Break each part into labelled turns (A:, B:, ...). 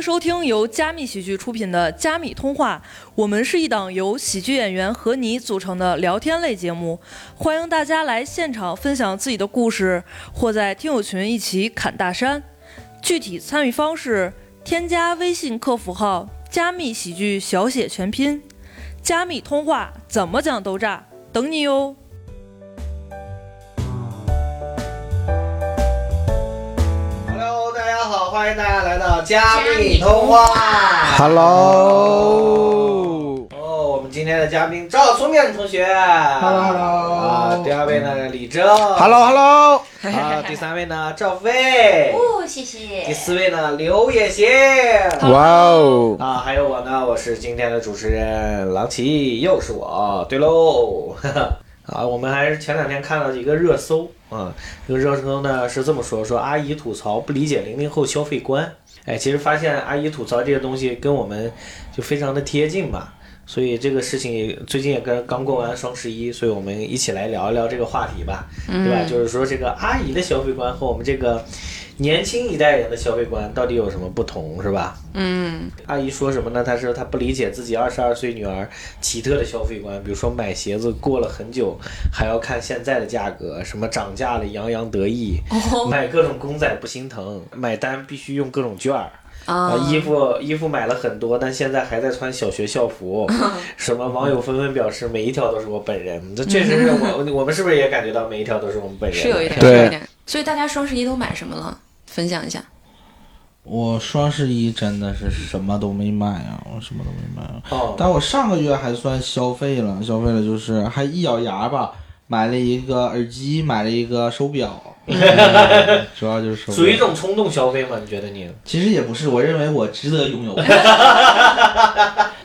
A: 收听由加密喜剧出品的《加密通话》，我们是一档由喜剧演员和你组成的聊天类节目，欢迎大家来现场分享自己的故事，或在听友群一起侃大山。具体参与方式：添加微信客服号“加密喜剧”小写全拼，“加密通话”怎么讲都炸，等你哟。
B: Hello，大家好，欢迎大家来到加密通话。
C: Hello，
B: 哦，我们今天的嘉宾赵聪明同学。
C: Hello，Hello
B: 啊，第二位呢李正。
C: Hello Hello，
B: 啊，第三位呢赵飞。
D: 不，谢
B: 第
D: 谢。
B: 四位呢刘也行。
C: 哇哦，
B: 啊，还有我呢，我是今天的主持人郎奇，又是我。对喽， 啊，我们还是前两天看到一个热搜啊，这个热搜呢是这么说：说阿姨吐槽不理解零零后消费观。哎，其实发现阿姨吐槽这些东西跟我们就非常的贴近吧。所以这个事情也最近也跟刚过完双十一，所以我们一起来聊一聊这个话题吧，对吧？就是说这个阿姨的消费观和我们这个年轻一代人的消费观到底有什么不同，是吧？
D: 嗯，
B: 阿姨说什么呢？她说她不理解自己二十二岁女儿奇特的消费观，比如说买鞋子过了很久还要看现在的价格，什么涨价了洋洋得意，
D: 哦
B: 买各种公仔不心疼，买单必须用各种券儿。
D: 哦
B: 啊，衣服衣服买了很多，但现在还在穿小学校 服。
D: 嗯
B: 什么网友纷纷表示，每一条都是我本人。这确实是我， 我们是不是也感觉到每一条都是我们本人？
D: 是有一点，
C: 对
D: 是有一点。所以大家双十一都买什么了？分享一下。
E: 我双十一真的是什么都没买啊，我什么都没买、啊。
B: 哦，
E: 但我上个月还算消费了，消费了就是还一咬牙吧，买了一个耳机，买了一个手 表，嗯主要就是手表。
B: 属于一种冲动消费吗？你觉得你？
E: 其实也不是，我认为我值 得拥有。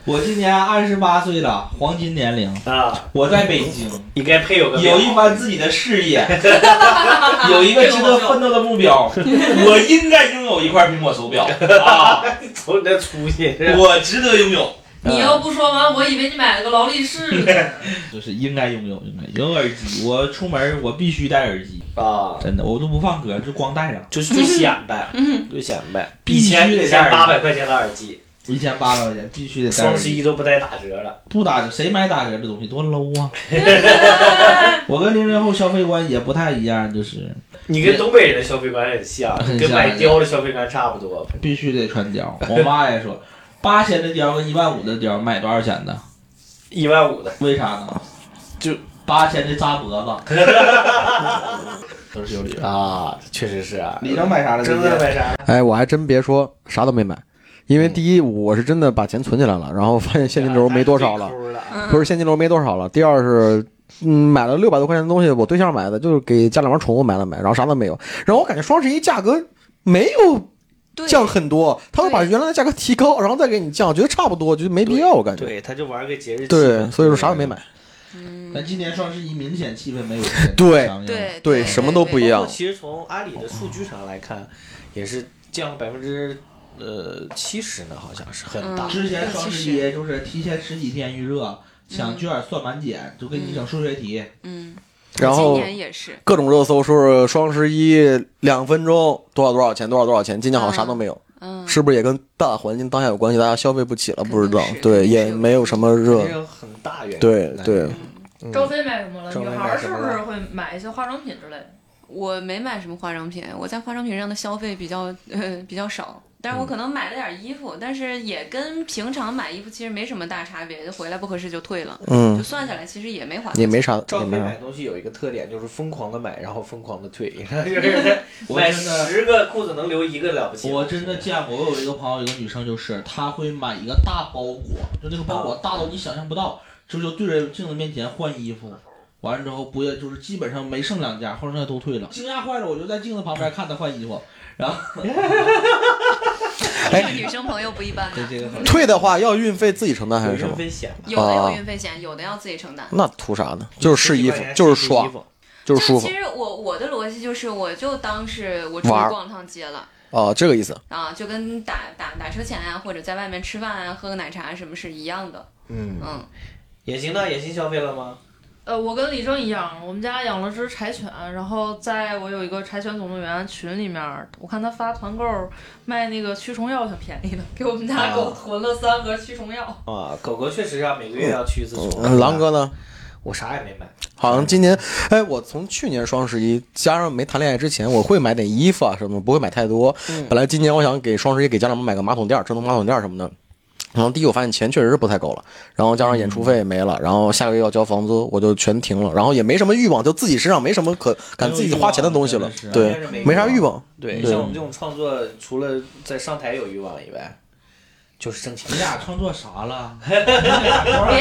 E: 我今年二十八岁了，黄金年龄，
B: 啊，
E: 我在北京。
B: 你该配有个
E: 有一番自己的 事业，有一个值得奋斗的目标，我应该拥有一块苹果手表啊！
B: 瞅你这出 息，是吧
E: 我值得拥有，
B: 你
F: 要不说完，我以为你买了个劳力士。
E: 就是应该拥有，应该有耳机。我出门我必须戴耳机，
B: 啊，
E: 真的，我都不放歌，就光戴上。
B: 就是就显 摆，
E: 嗯
B: 就显摆，
E: 必须
B: 以前
E: 得
B: 以
E: 戴
B: 前
E: 耳机
B: 八百块钱的耳机，
E: 一千八百块钱必须得戴耳
B: 双
E: 机。
B: 十一都不带打折了。
E: 不打折，谁买打折的东西多 low 啊！我跟零零后消费观也不太一样，就是
B: 你跟东北人的消费观很像，
E: 很像
B: 跟买貂的消费观差不多。
E: 必须得穿貂。我妈也说，八千的貂跟一万五的貂买多少钱的？
B: 一万五的，
E: 为啥呢？就八千的扎脖 子，都是有理。
B: 啊，确实是啊，
E: 你能买啥了？
B: 真的买啥？
C: 哎，我还真别说，啥都没买，因为第一，我是真的把钱存起来了，然后发现现金流没多少了，
B: 了。
C: 不是现金流没多少了。第二是。嗯，买了六百多块钱的东西，我对象买的，就是给家里面宠物买了买，然后啥都没有。然后我感觉双十一价格没有
D: 对，
C: 降很多，他会把原来的价格提高，然后再给你降，我觉得差不多，就没必要，我感觉。
B: 对，他就玩个节日气氛。
C: 对，所以说啥也没买。
E: 但今年双十一明显气氛 没有之前
C: 对
E: 强硬了
D: 对
C: 对，什么都不一
B: 包
C: 样
B: 括。其实从阿里的数据上来看，也是降百分之呃七十呢，好像是很大。
E: 之前双十一就是提前十几天预热，抢券算满减，就给你整数学题。
D: 嗯，
C: 然后
D: 今年也是，
C: 各种热搜说是双十一两分钟多少多少钱，多少多少钱，今年好像啥都没有，
D: 嗯，
C: 是不是也跟大环境当下有关系？大家消费不起了，
D: 肯定
C: 不知道
D: 是，
C: 对，
D: 肯定是
C: 也没有什么热
B: 这，有很大原因。
C: 对对，嗯
F: 赵飞买什么了？
B: 赵
F: 女
B: 飞
F: 孩
B: 买
F: 儿
B: 什
F: 是
B: 么
F: 不
B: 了
F: 是会买一些化妆品之类的？
D: 我没买什么化妆品，我在化妆品上的消费比较呃比较少。但是
C: 嗯
D: 我可能买了点衣服，但是也跟平常买衣服其实没什么大差别，就回来不合适就退了，就
C: 嗯，
D: 算下来其实也没花多少钱。
C: 也没啥，
B: 赵
C: 也
B: 飞
C: 没啥
B: 买。东西有一个特点，就是疯狂的买，然后疯狂的 退，就是
E: 我
B: 买
E: 真的，
B: 十个裤子能留一个了不起。
E: 我真的见过，我有一个朋友，有个女生就是，她会买一个大包裹，就那个包裹大到你想象不到，就就对着镜子面前换衣服。完了之后，不也就是基本上没剩两件，后剩下都退了。惊讶坏了，我就在镜子旁边看她换衣服。
D: 这 个女生朋友不一般
E: 对
D: 的，
E: 这个很
C: 退的话要运费自己承担还
B: 有
C: 是什么？
B: 危险吧？
D: 有的
C: 啊
D: 有运费险，有的要自己承担。
C: 那图啥呢？就是试衣服
B: 10块，钱
C: 就是
B: 试衣
C: 爽，
B: 服。
C: 就是舒服
D: 其实我我的逻辑就是，我就当是我出去
C: 玩儿
D: 逛趟街了。
C: 啊，这个意思。
D: 啊，就跟打打打车钱啊，或者在外面啊吃饭啊，喝个奶茶什么是一样的。
B: 嗯，
D: 嗯，
B: 也行呢，也行消费了吗？
F: 呃，我跟李征一样，我们家养了只柴犬，然后在我有一个柴犬总动员群里面，我看他发团购卖那个驱虫药，挺便宜的，给我们家狗囤了三盒驱虫药。
B: 啊，狗狗确实要每个月要去一次
C: 嗯
B: 虫。
C: 狼，哥呢？
B: 我啥也没买。
C: 好像今年，哎，我从去年双十一加上没谈恋爱之前，我会买点衣服啊什么的，不会买太多。本来今年我想给双十一给家长们买个马桶垫儿、智能马桶垫儿什么的。然后第一，我发现钱确实是不太够了，然后加上演出费也没了，然后下个月要交房租，我就全停了，然后也没什么欲望，就自己身上没什么可敢自己花钱的东西了
E: 没有欲，望
C: 对
B: 真的是，
C: 没啥欲望。
B: 对，
C: 对
B: 像我们这种创作，除了在上台有欲望以外，就是挣钱
E: 你。俩创作啥 了？
D: 别
E: 别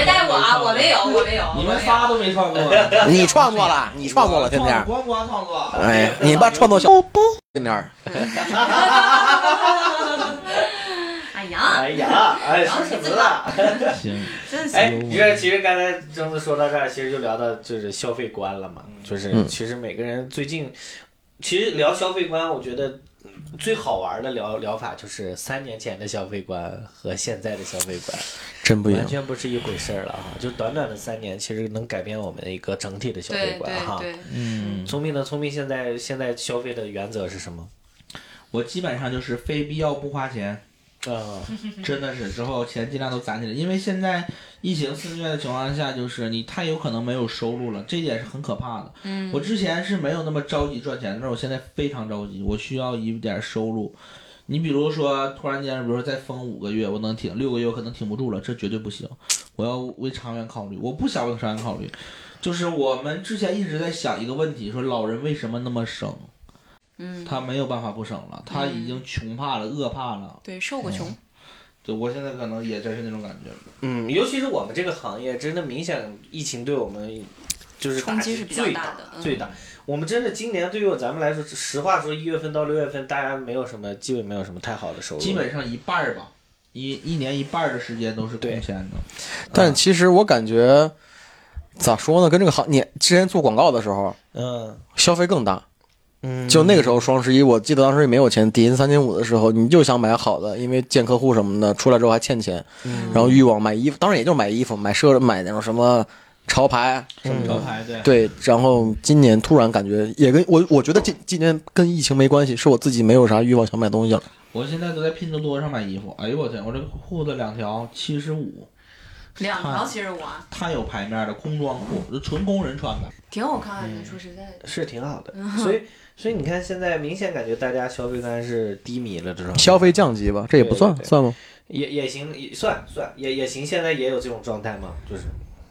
D: 带我啊，我没有，我没有。
E: 嗯你
D: 我没
E: 们
D: 有
E: 仨都没创作，
C: 你创作了，你创作了，天天儿，
E: 光光创作。
C: 哎，你爸创作小，天天儿，
D: 哎呀，
B: 哎呀，哎，
D: 然
B: 说
D: 后你
B: 什么
D: 自
B: 了？
E: 行，
D: 真是
B: 哎，你看，其实刚才征子说到这儿，其实就聊到就是消费观了嘛，就是
C: 嗯
B: 其实每个人最近，其实聊消费观，我觉得最好玩的聊疗法就是三年前的消费观和现在的消费观
C: 真不一样
B: 完。全不是一回事儿了哈，就短短的三年，其实能改变我们一个整体的消费
D: 对
B: 观啊哈
D: 对。对，
E: 嗯，
B: 聪明的聪明，现在现在消费的原则是什么？
E: 我基本上就是非必要不花钱。
D: 嗯
B: 啊，
E: 真的是之后钱尽量都攒起来，因为现在疫情肆虐的情况下，就是你太有可能没有收入了，这一点是很可怕的。
D: 嗯，
E: 我之前是没有那么着急赚钱，但是我现在非常着急，我需要一点收入。你比如说，突然间，比如说再封五个月，我能挺；六个月我可能挺不住了，这绝对不行。我要为长远考虑，我不想为长远考虑。就是我们之前一直在想一个问题，说老人为什么那么省？
D: 嗯，
E: 他没有办法不省了，他已经穷怕了，饿怕了。
D: 对，受过
C: 嗯
D: 穷，
E: 对我现在可能也真是那种感觉。
B: 嗯，尤其是我们这个行业，真的明显疫情对我们就是
D: 冲
B: 打
D: 击
B: 击
D: 是比较
B: 最
D: 大的嗯
B: 嗯最大。我们真的今年对于咱们来说，实话说，一月份到六月份，大家没有什么，基本没有什么太好的收入。
E: 基本上一半儿吧，一一年一半儿的时间都是空闲的。
C: 但其实我感觉，咋说呢？跟这个行，你之前做广告的时候，
B: 嗯
C: 消费更大。
B: 嗯，
C: 就那个时候双十一，我记得当时也没有钱，底薪三千五的时候，你就想买好的，因为见客户什么的，出来之后还欠钱，
B: 嗯
C: 然后欲望买衣服，当然也就是买衣服、买奢、买那种什么潮牌什么
E: 招
C: 的。
B: 嗯
E: 牌对，
C: 嗯对，然后今年突然感觉也跟我，我觉得今今年跟疫情没关系，是我自己没有啥欲望想买东西了。
E: 我现在都在拼多多上买衣服。哎呦我天，我这裤子两条七十五，
D: 两条其实我啊
E: 它有牌面的空装裤，就纯工人穿的。
D: 挺好看的，说实在的，
B: 是挺好 的。所以所以你看，现在明显感觉大家消费观是低迷了，这种
C: 消费降级吧，这也不算
B: 嗯对对对
C: 算吗？
B: 也也行，也算算也也行，现在也有这种状态嘛，就是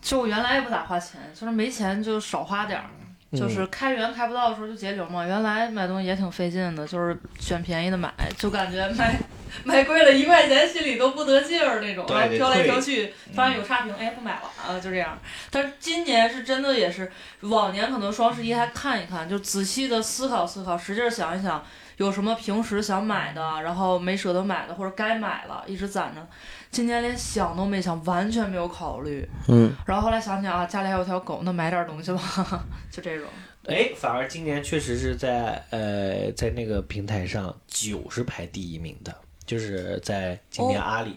F: 就我原来也不咋花钱，就是没钱就少花点儿，
C: 嗯
F: 就是开源开不到的时候就节流嘛。原来买东西也挺费劲的，就是选便宜的买，就感觉买买贵了一块钱心里都不得劲儿那种，
E: 对
F: 然后
E: 得
F: 挑来
E: 退嗯
F: 挑去，发现有差评，哎，不买了啊，就这样。但是今年是真的也是，往年可能双十一还看一看，就仔细的思考思考，使劲儿想一想。有什么平时想买的，然后没舍得买的，或者该买了，一直攒着。今年连想都没想，完全没有考虑。
C: 嗯，
F: 然后后来想想啊，家里还有条狗，那买点东西吧， 就这种。
B: 哎，反而今年确实是在呃在那个平台上九是排第一名的，就是在今年阿里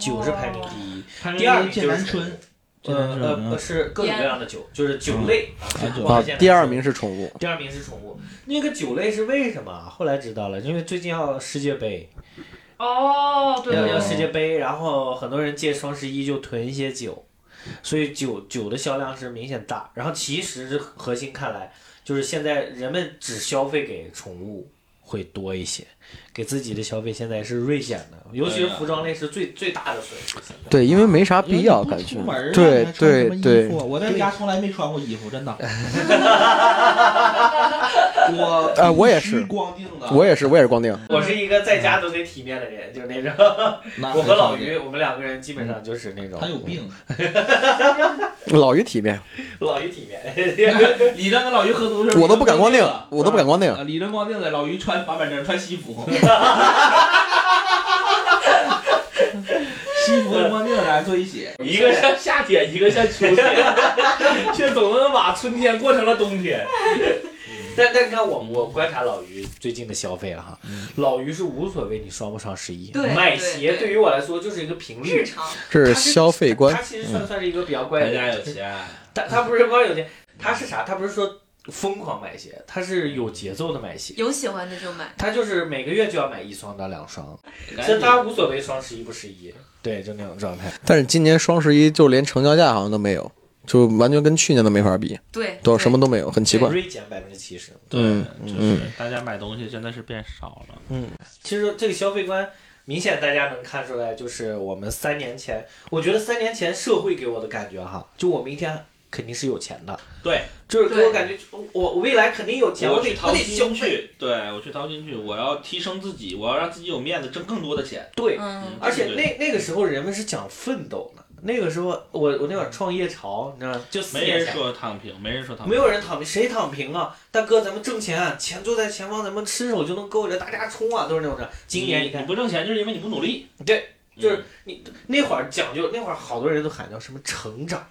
B: 九是排名第一，第二名
E: 哦剑
B: 就是
E: 南春，
B: 呃
E: 剑南春
B: 呃呃是各种各样的酒，就是酒类啊
E: 嗯
B: 是
E: 啊
B: 我
C: 啊
B: 们现在，
C: 第二名是宠物，
B: 第二名是宠物，那个酒类是为什么？啊后来知道了，因为最近要世界杯，
F: 哦，对
B: 要
F: 对
B: 要
E: 嗯
B: 世界杯，然后很多人借双十一就囤一些酒，所以酒酒的销量是明显大。然后其实是核心看来，就是现在人们只消费给宠物会多一些，给自己的消费现在是锐减的，尤其是
E: 对啊
B: 服装类是最最大的损失。现在
C: 对，因为没啥必要
E: 啊因为
C: 感
E: 你不
C: 觉
E: 出门儿啊，
C: 对
E: 你还穿什
C: 对
E: 么衣
C: 对
E: 服，啊我在家从来没穿过衣 服，真的。我
C: 哎我也是
E: 必须光腚的，
C: 我也是我也是光腚。
B: 我是一个在家
E: 嗯
B: 都得体面的人，就是那种。
E: 那
B: 我和老
E: 很少
B: 于，
E: 见，
B: 我们两个人基本上就是那种。
E: 他有。病。
C: 老于体面，
B: 老于体面。
E: 李正跟老于合租的时候，
C: 我都不敢光腚
E: 了，
C: 我都不敢光腚。
E: 啊，李正光腚的，老于穿滑板正，穿西服， 西服和光腚俩坐一起，
G: 一个像夏天，一个像秋天， 却总能把春天过成了冬天。
B: 嗯但但你看我我观察老于最近的消费了哈，
G: 嗯
B: 老于是无所谓你双不双十一，
D: 对
B: 买
D: 对
B: 鞋
D: 对
B: 于我来说就是一个频
D: 日
B: 率，
D: 常
C: 是消费
G: 嗯
C: 观
B: 它。其实算算是一个比较怪
G: 大
B: 的
G: 家有
B: 人，
G: 钱，
B: 他他不是光有钱，他是啥？他不是说疯狂买鞋，他是有节奏的买鞋。
D: 有喜欢的就买。
B: 他就是每个月就要买一双到两双，其实他无所谓双十一不十一，对，就那种状态。
C: 但是今年双十一就连成交价好像都没有，就完全跟去年都没法比，
D: 对，
C: 都什么都没有，很奇怪。
B: 锐减百分之七十。
E: 对，
G: 就是大家买东西真的是变少了。
B: 其实这个消费观明显大家能看出来，就是我们三年前，我觉得三年前社会给我的感觉哈，就我明天肯定是有钱的，
E: 对，
B: 就是给我感觉我我未来肯定有钱，
E: 我
B: 得
E: 去
B: 我
E: 淘
B: 得消
E: 金
B: 费，
E: 去，对我去淘金去，我要提升自己，我要让自己有面子，挣更多的钱。
B: 对，
D: 嗯，
B: 而且
E: 对
B: 那那个时候人们是讲奋斗的，那个时候我我那会儿创业潮，你知道吗？就四
E: 没
B: 年
E: 人
B: 前。
E: 说躺平，没人说躺平，
B: 没有人躺平，谁躺平啊？大哥，咱们挣钱啊，钱就在前方，咱们伸手就能够着，大家冲啊，都是那种的。今年
E: 你
B: 你看
E: 你，不挣钱，就是因为你不努力。
B: 对，就是
E: 嗯
B: 那会儿讲究，那会儿好多人都喊叫什么成长，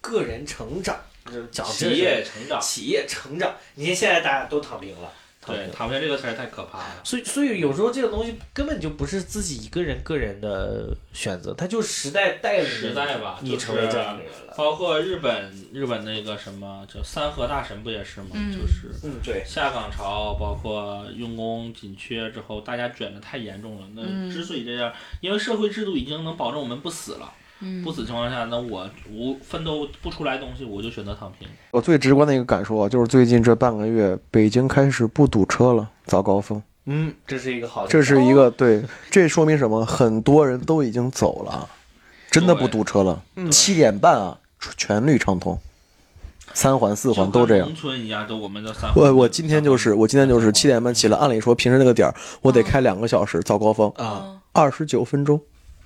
B: 个人成长，就是讲这
E: 企业成长。
B: 企业成长。你看现在大家都躺平了，躺
E: 对
B: 平，。
E: 躺平这个词儿太可怕了。
B: 所以，所以有时候这个东西根本就不是自己一个人个人的选择，它就是时代带领
E: 时代吧，
B: 你
E: 就
B: 成为
E: 是
B: 这样的人了。
E: 包括日本，日本那个什么叫三河大神不也是吗？
D: 嗯
E: 就是
B: 嗯，对，
E: 下岗潮，包括用工紧缺之后，大家卷的太严重了。那
D: 嗯
E: 之所以这样，因为社会制度已经能保证我们不死了。
D: 嗯
E: 不死情况下，那我我奋斗不出来东西，我就选择躺平。
C: 我最直观的一个感受啊，就是最近这半个月，北京开始不堵车了，早高峰。
B: 嗯，这是一个好的，
C: 这是一个对，这说明什么？很多人都已经走了，真的不堵车了。七点半啊，全绿畅通，三环四环都这样
E: 就。跟农村一样，都我们的三环。
C: 我我今天就是我今天就是七点半起来，按理说平时那个点儿我得开两个小时，早高峰
B: 啊，
C: 二十九分钟。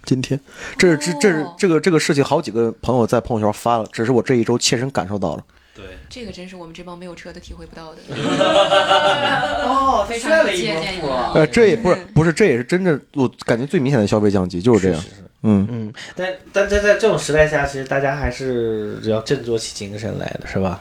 C: 今天，这是这这是
D: 哦
C: 这个这个事情，好几个朋友在朋友圈发了，只是我这一周切身感受到了。
E: 对，
D: 这个真是我们这帮没有车的体会不到的。
B: 哦，
D: 非常
B: 炫了一
D: 借
B: 波
D: 鉴你
B: 富
D: 们
B: 啊
D: 啊
C: 呃，这也
E: 嗯
C: 不是不是，这也是真正我感觉最明显的消费降级就是这样。
B: 是是是
C: 嗯，
B: 嗯，但但在在这种时代下，其实大家还是要振作起精神来的，是吧？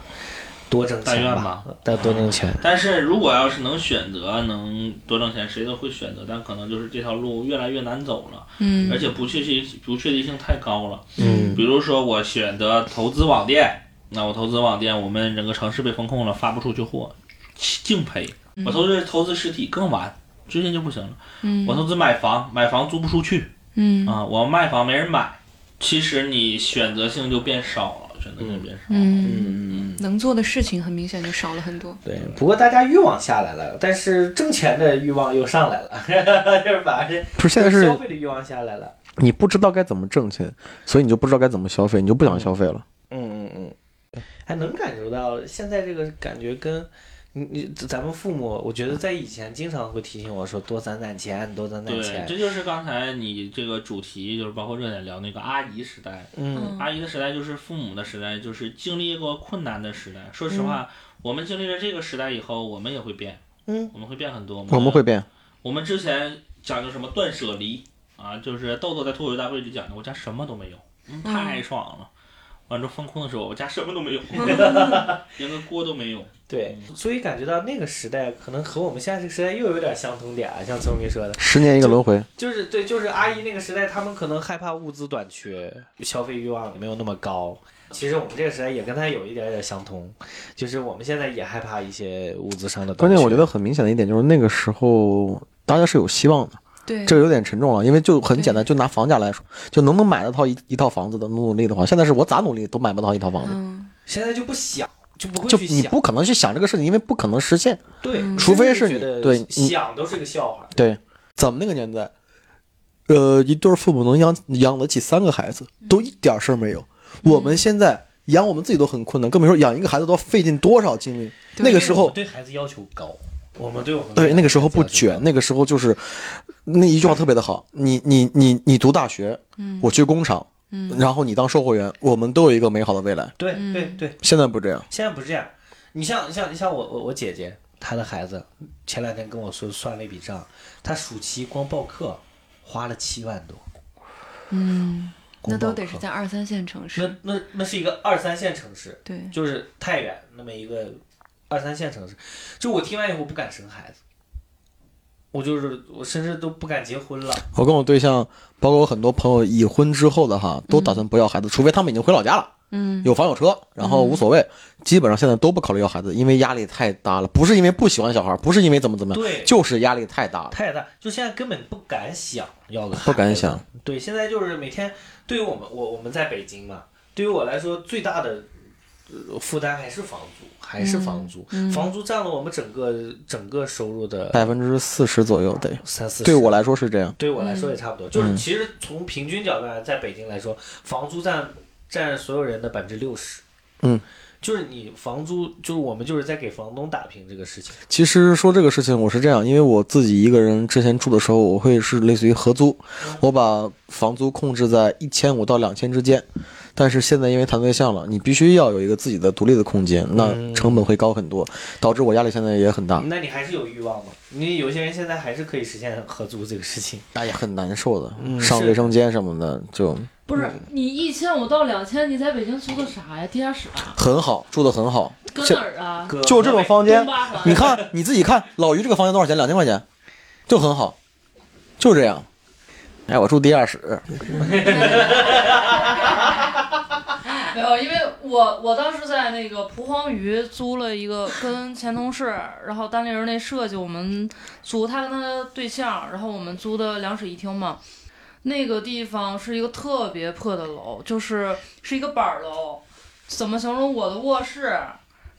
B: 多挣
E: 但
B: 钱
E: 愿
B: 吧呃
E: 吧，
B: 但多挣钱。
E: 但是如果要是能选择，能多挣钱，谁都会选择。但可能就是这条路越来越难走了，
D: 嗯
E: 而且不确定不确定性太高了。
B: 嗯
E: 比如说我选择投资网店，那我投资网店，我们整个城市被封控了，发不出去货，净赔。我投资投资实体更完，最近就不行了。
D: 嗯
E: 我投资买房，买房租不出去
D: 嗯
E: 啊，我卖房没人买，其实你选择性就变少了，选择性变少。
D: 嗯，
B: 嗯，
D: 能做的事情很明显就少了很多。
B: 对。不过大家欲望下来了，但是挣钱的欲望又上来了， 就是把这
C: 不是现在是
B: 消费的欲望下来了。
C: 你不知道该怎么挣钱，所以你就不知道该怎么消费，你就不想消费了。
B: 嗯嗯嗯，还能感受到现在这个感觉跟。你你咱们父母，我觉得在以前经常会提醒我说多攒攒钱，多攒攒
E: 对，
B: 钱。
E: 这就是刚才你这个主题，就是包括热点聊那个阿姨时代。
B: 嗯
E: 阿姨的时代就是父母的时代，就是经历过困难的时代。说实话，我们经历了这个时代以后，我们也会变，
B: 嗯，
E: 我们会变很多。
C: 我们会，变，
E: 我们之前讲究什么断舍离啊，就是豆豆在脱口秀大会里讲的，我家什么都没有，嗯，太爽了。完之后放空的时候，我家什么都没有，连个锅都 没有。
B: 对，所以感觉到那个时代可能和我们现在这个时代又有点相同点啊，像聪明说的，
C: 十年一个轮回。
B: 就是对，就是阿姨那个时代，他们可能害怕物资短缺，消费欲望也没有那么高。其实我们这个时代也跟他有一点点相通，就是我们现在也害怕一些物资上的短
C: 关
B: 缺。
C: 键我觉得很明显的一点就是那个时候大家是有希望的，
D: 对，
C: 这个有点沉重了，因为就很简单，就拿房价来说，就能不能买得到一一套房子的，努努力的话，现在是我咋努力都买不到一套房子，
D: 嗯
B: 现在就不想，就不会
C: 就
B: 去
C: 你
B: 想，
C: 不可能去想这个事情，因为不可能实现。
B: 对，
C: 除非是
B: 是
C: 你对你
B: 想都是个笑话。
C: 对，咱们那个年代，呃，一对儿父母能养养得起三个孩子，
B: 嗯
C: 都一点儿事儿没有。我们现在养我们自己都很困难，更别说养一个孩子都要费尽多少精力。
D: 对
C: 那个时
B: 我
C: 候
B: 们，对孩子要求高，我们对我们
C: 对，那个时候
B: 孩子
C: 不
B: 要求
C: 卷
B: 高，，
C: 那个时候就是那一句话特别的好，你你你你读大学，
D: 嗯
B: 嗯
C: 我去工厂，然后你当售货员，我们都有一个美好的未来。
B: 对对对，
C: 现在不这样，
B: 现在不是这样，你像你像你像我我我姐姐，她的孩子前两天跟我说算了一笔账，她暑期光报课花了七万多，
D: 嗯，那
B: 光报课
D: 都得是在二三线城市。
B: 那那那是一个二三线城市，
D: 对，
B: 就是太原那么一个二三线城市，就我听完以后我不敢生孩子。我就是，我甚至都不敢结婚了。嗯
C: 我跟我对象，包括我很多朋友已婚之后的哈，都打算不要孩子，除非他们已经回老家了。
D: 嗯，
C: 有房有车，然后无所谓，基本上现在都不考虑要孩子，因为压力太大了。不是因为不喜欢小孩，不是因为怎么怎么样，
B: 对，
C: 就是压力太大了，
B: 太大，就现在根本不敢想要个孩子
C: 不敢想。
B: 对，现在就是每天，对于我们，我我们在北京嘛，对于我来说最大的呃负担还是房租，还是房租，
D: 嗯
B: 房租占了我们整个整个收入的
C: 百分之四十左右得。
B: 三四十。
C: 对我来说是这样，
B: 对我来说也差不多，就是
C: 嗯
B: 其实从平均角度来，在北京来说，房租占占所有人的百分之六十。
C: 嗯，
B: 就是你房租，就是我们就是在给房东打拼这个事情。
C: 其实说这个事情，我是这样，因为我自己一个人之前住的时候，我会是类似于合租，
B: 嗯
C: 我把房租控制在一千五到两千之间。但是现在因为谈对象了，你必须要有一个自己的独立的空间，那
B: 嗯
C: 成本会高很多，导致我压力现在也很大，
B: 那你还是有欲望吗？你有些人现在还是可以实现合租这个事情。
C: 哎呀，很难受的。
B: 嗯
C: 上
B: 是
C: 卫生间什么的就
F: 不是你一千五到两千，你在北京租的啥呀？地下室啊，
C: 很好，住的很好。
F: 搁
C: 这
F: 哪儿啊？
B: 哥，
C: 就这种房间
F: 东，八环。
C: 你看你自己看，老于这个房间多少钱？两千块钱，就很好，就这样。哎，我住地下室，
F: 没有，因为我我当时在那个蒲黄榆租了一个，跟前同事，然后单立人那设计我们租，他跟他对象，然后我们租的两室一厅嘛。那个地方是一个特别破的楼，就是是一个板儿楼。怎么形容我的卧室？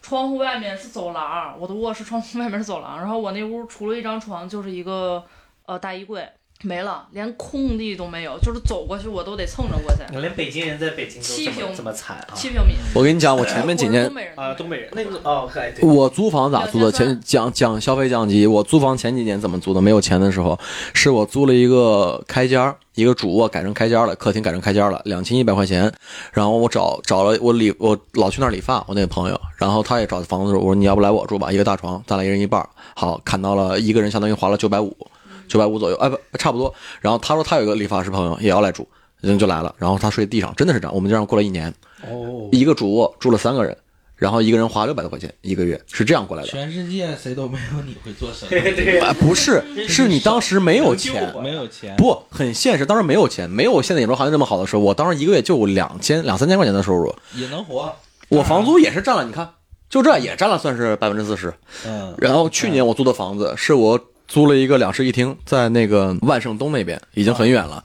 F: 窗户外面是走廊，我的卧室窗户外面是走廊，然后我那屋除了一张床就是一个呃大衣柜，没了，连空地都没有，就是走过去我都得蹭着过去，
B: 连北京人在北京都
F: 七
B: 这么
F: 平
B: 这么惨啊！
F: 七平米。
C: 我跟你讲，我前面几年
F: 东北人
B: 啊，东北人那个哦，嗨，对，
C: 我租房咋租的？前讲讲消费降级，我租房前几年怎么租的？没有钱的时候，是我租了一个开间儿，一个主卧改成开间儿了，客厅改成开间儿了，两千一百块钱。然后我找找了我理我老去那儿理发，我那个朋友，然后他也找房子住，我说你要不来我住吧，一个大床，咱俩一人一半儿。好，砍到了一个人相当于花了九百五，
B: 嗯
C: 九百五左右，哎不差不多。然后他说他有个理发师朋友也要来住，人就来了，然后他睡地上，真的是这样，我们就这样过了一年。
B: 哦，
C: 一个主卧住了三个人，然后一个人花六百多块钱一个月，是这样过来的。
E: 全世界谁都没有你会做生意，
B: 对，
C: 啊，不是，是你当时没有钱，
E: 没有钱，
C: 不很现实。当时没有钱，没有现在眼妆行业这么好的时候，我当时一个月就两千两三千块钱的收入，
E: 也能活。
C: 我房租也是占了，你看，就这也占了算是百分之四十。
E: 嗯，
C: 然后去年我租的房子是我租了一个两室一厅，在那个万盛东那边，已经很远了。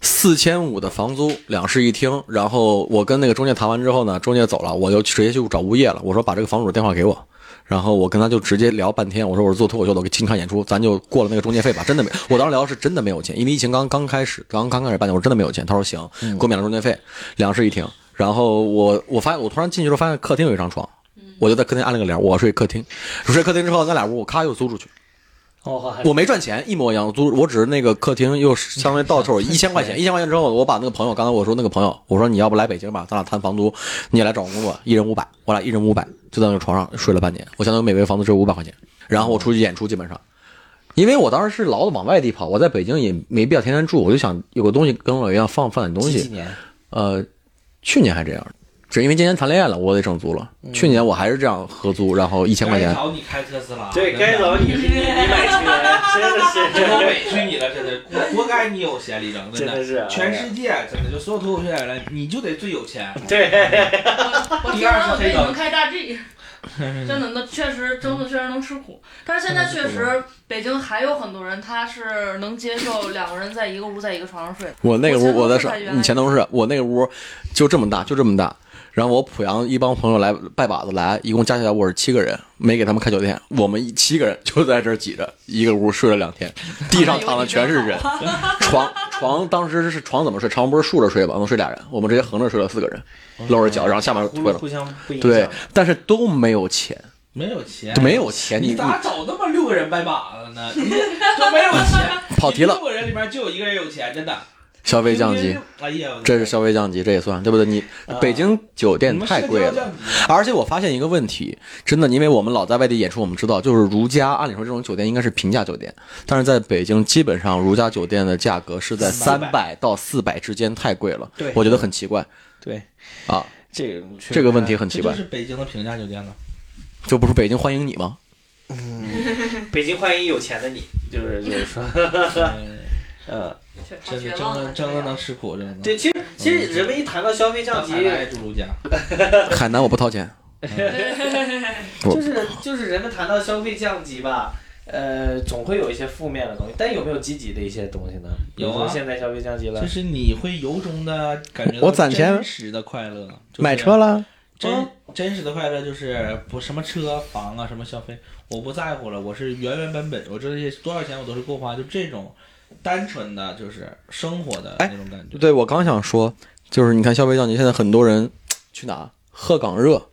C: 四千五的房租，两室一厅。然后我跟那个中介谈完之后呢，中介走了，我就直接去找物业了。我说把这个房主电话给我，然后我跟他就直接聊半天。我说我是做脱口秀的，我给请你看演出，咱就过了那个中介费吧。真的没，我当时聊是真的没有钱，嗯因为疫情刚刚开始，刚刚开始办，我说真的没有钱。他说行，给我免了中介费，两室一厅。然后我我发现我突然进去之后发现客厅有一张床，我就在客厅按了个铃儿，我睡客厅。睡客厅之后，那俩屋我咔又租出去，
B: 哦，
C: 我没赚钱，一模一样租，我只是那个客厅又是相当于到头一千块钱，一千块钱之后，我把那个朋友，刚才我说那个朋友，我说你要不来北京吧，咱俩谈房租，你也来找我工作，一人五百，我俩一人五百，就在那个床上睡了半年，我相当于每个月房租只有五百块钱，然后我出去演出基本上。因为我当时是老往外地跑，我在北京也没必要天天住，我就想有个东西跟我一样放放点东西。
B: 几年
C: 呃，去年还这样，只因为今年谈恋爱了，我得整租了。去年我还是这样合租，然后一千块
E: 该
C: 钱。
E: 找你开特斯拉，
B: 对该找你，你买去了，啊 真
E: 真的
B: 的
E: 委屈你了，真的，活活该你有闲理整，
B: 是，真
E: 真
B: 的
E: 的。
B: 是，
E: 全世界真的就所有脱口秀演员，你就得最有钱。
B: 对，
F: 我
E: 第
F: 经
E: 二
F: 常
E: 是
F: 给
E: 这
F: 你
E: 个
F: 们开大 G，真的，那确实，真的确实能吃苦。但是现在确实，北京还有很多人他是能接受两个人在一个屋，在一个床上睡。
C: 我那个屋，
F: 我
C: 我
F: 前同事
C: 在
F: 才原来
C: 你前同事，我那个屋就这么大，就这么大。然后我濮阳一帮朋友来拜把子来，一共加起来我是七个人，没给他们开酒店，我们一七个人就在这儿挤着，一个屋睡了 两天，地上躺的全是人，床床当时是床怎么睡？床不是竖着睡吧，能睡俩人，我们直接横着睡了四个人，露着脚，然后下面推了。
B: 互相不影响。
C: 对，但是都没有钱，
E: 没有钱，
C: 都没有钱，你
E: 你
C: 你
F: 哎
E: 咋找那么六个人拜把子呢？你就没有钱，
C: 跑题了
E: 你六个人里面就有一个人有钱，真的。
C: 消费降级。。
E: 哎呀，
C: 这是消费降级，这也算对不对？你北京酒店太贵
E: 啊你们社交
C: 了
E: 降级，
C: 而且我发现一个问题，真的，因为我们老在外地演出，我们知道，就是如家，按理说这种酒店应该是平价酒店，但是在北京，基本上如家酒店的价格是在三百到四百之间，太贵了。
B: 对
C: 我觉得很奇怪
B: 对，
C: 啊，
B: 这个
C: 这个问题，很奇
E: 这就
C: 怪，
E: 是北京的平价酒店了。
C: 这不是北京欢迎你吗？
B: 北京欢迎有钱的你，就是就是说，
E: 嗯
B: 嗯，
F: 确实
E: 真的，真的，真的能吃苦，真的。
B: 对，其实其实人们一谈到消费降级，
E: 住如家，
C: 海南我不掏钱，
B: 就是就是人们谈到消费降级吧，呃，总会有一些负面的东西，但有没有积极的一些东西呢？
E: 有
B: 比如
E: 啊
B: 说现在消费降级了
E: 就，是你会由衷的感觉到
C: 我攒钱
E: 真实的快乐，就是
C: 买车了，
E: 真真实的快乐就是不什么车房啊什么消费，我不在乎了，我是原原本本，我这些多少钱我都是够花，就这种单纯的就是生活的
C: 哎
E: 那种感觉。
C: 对我刚想说，就是你看消费降级，现在很多人去哪鹤岗热，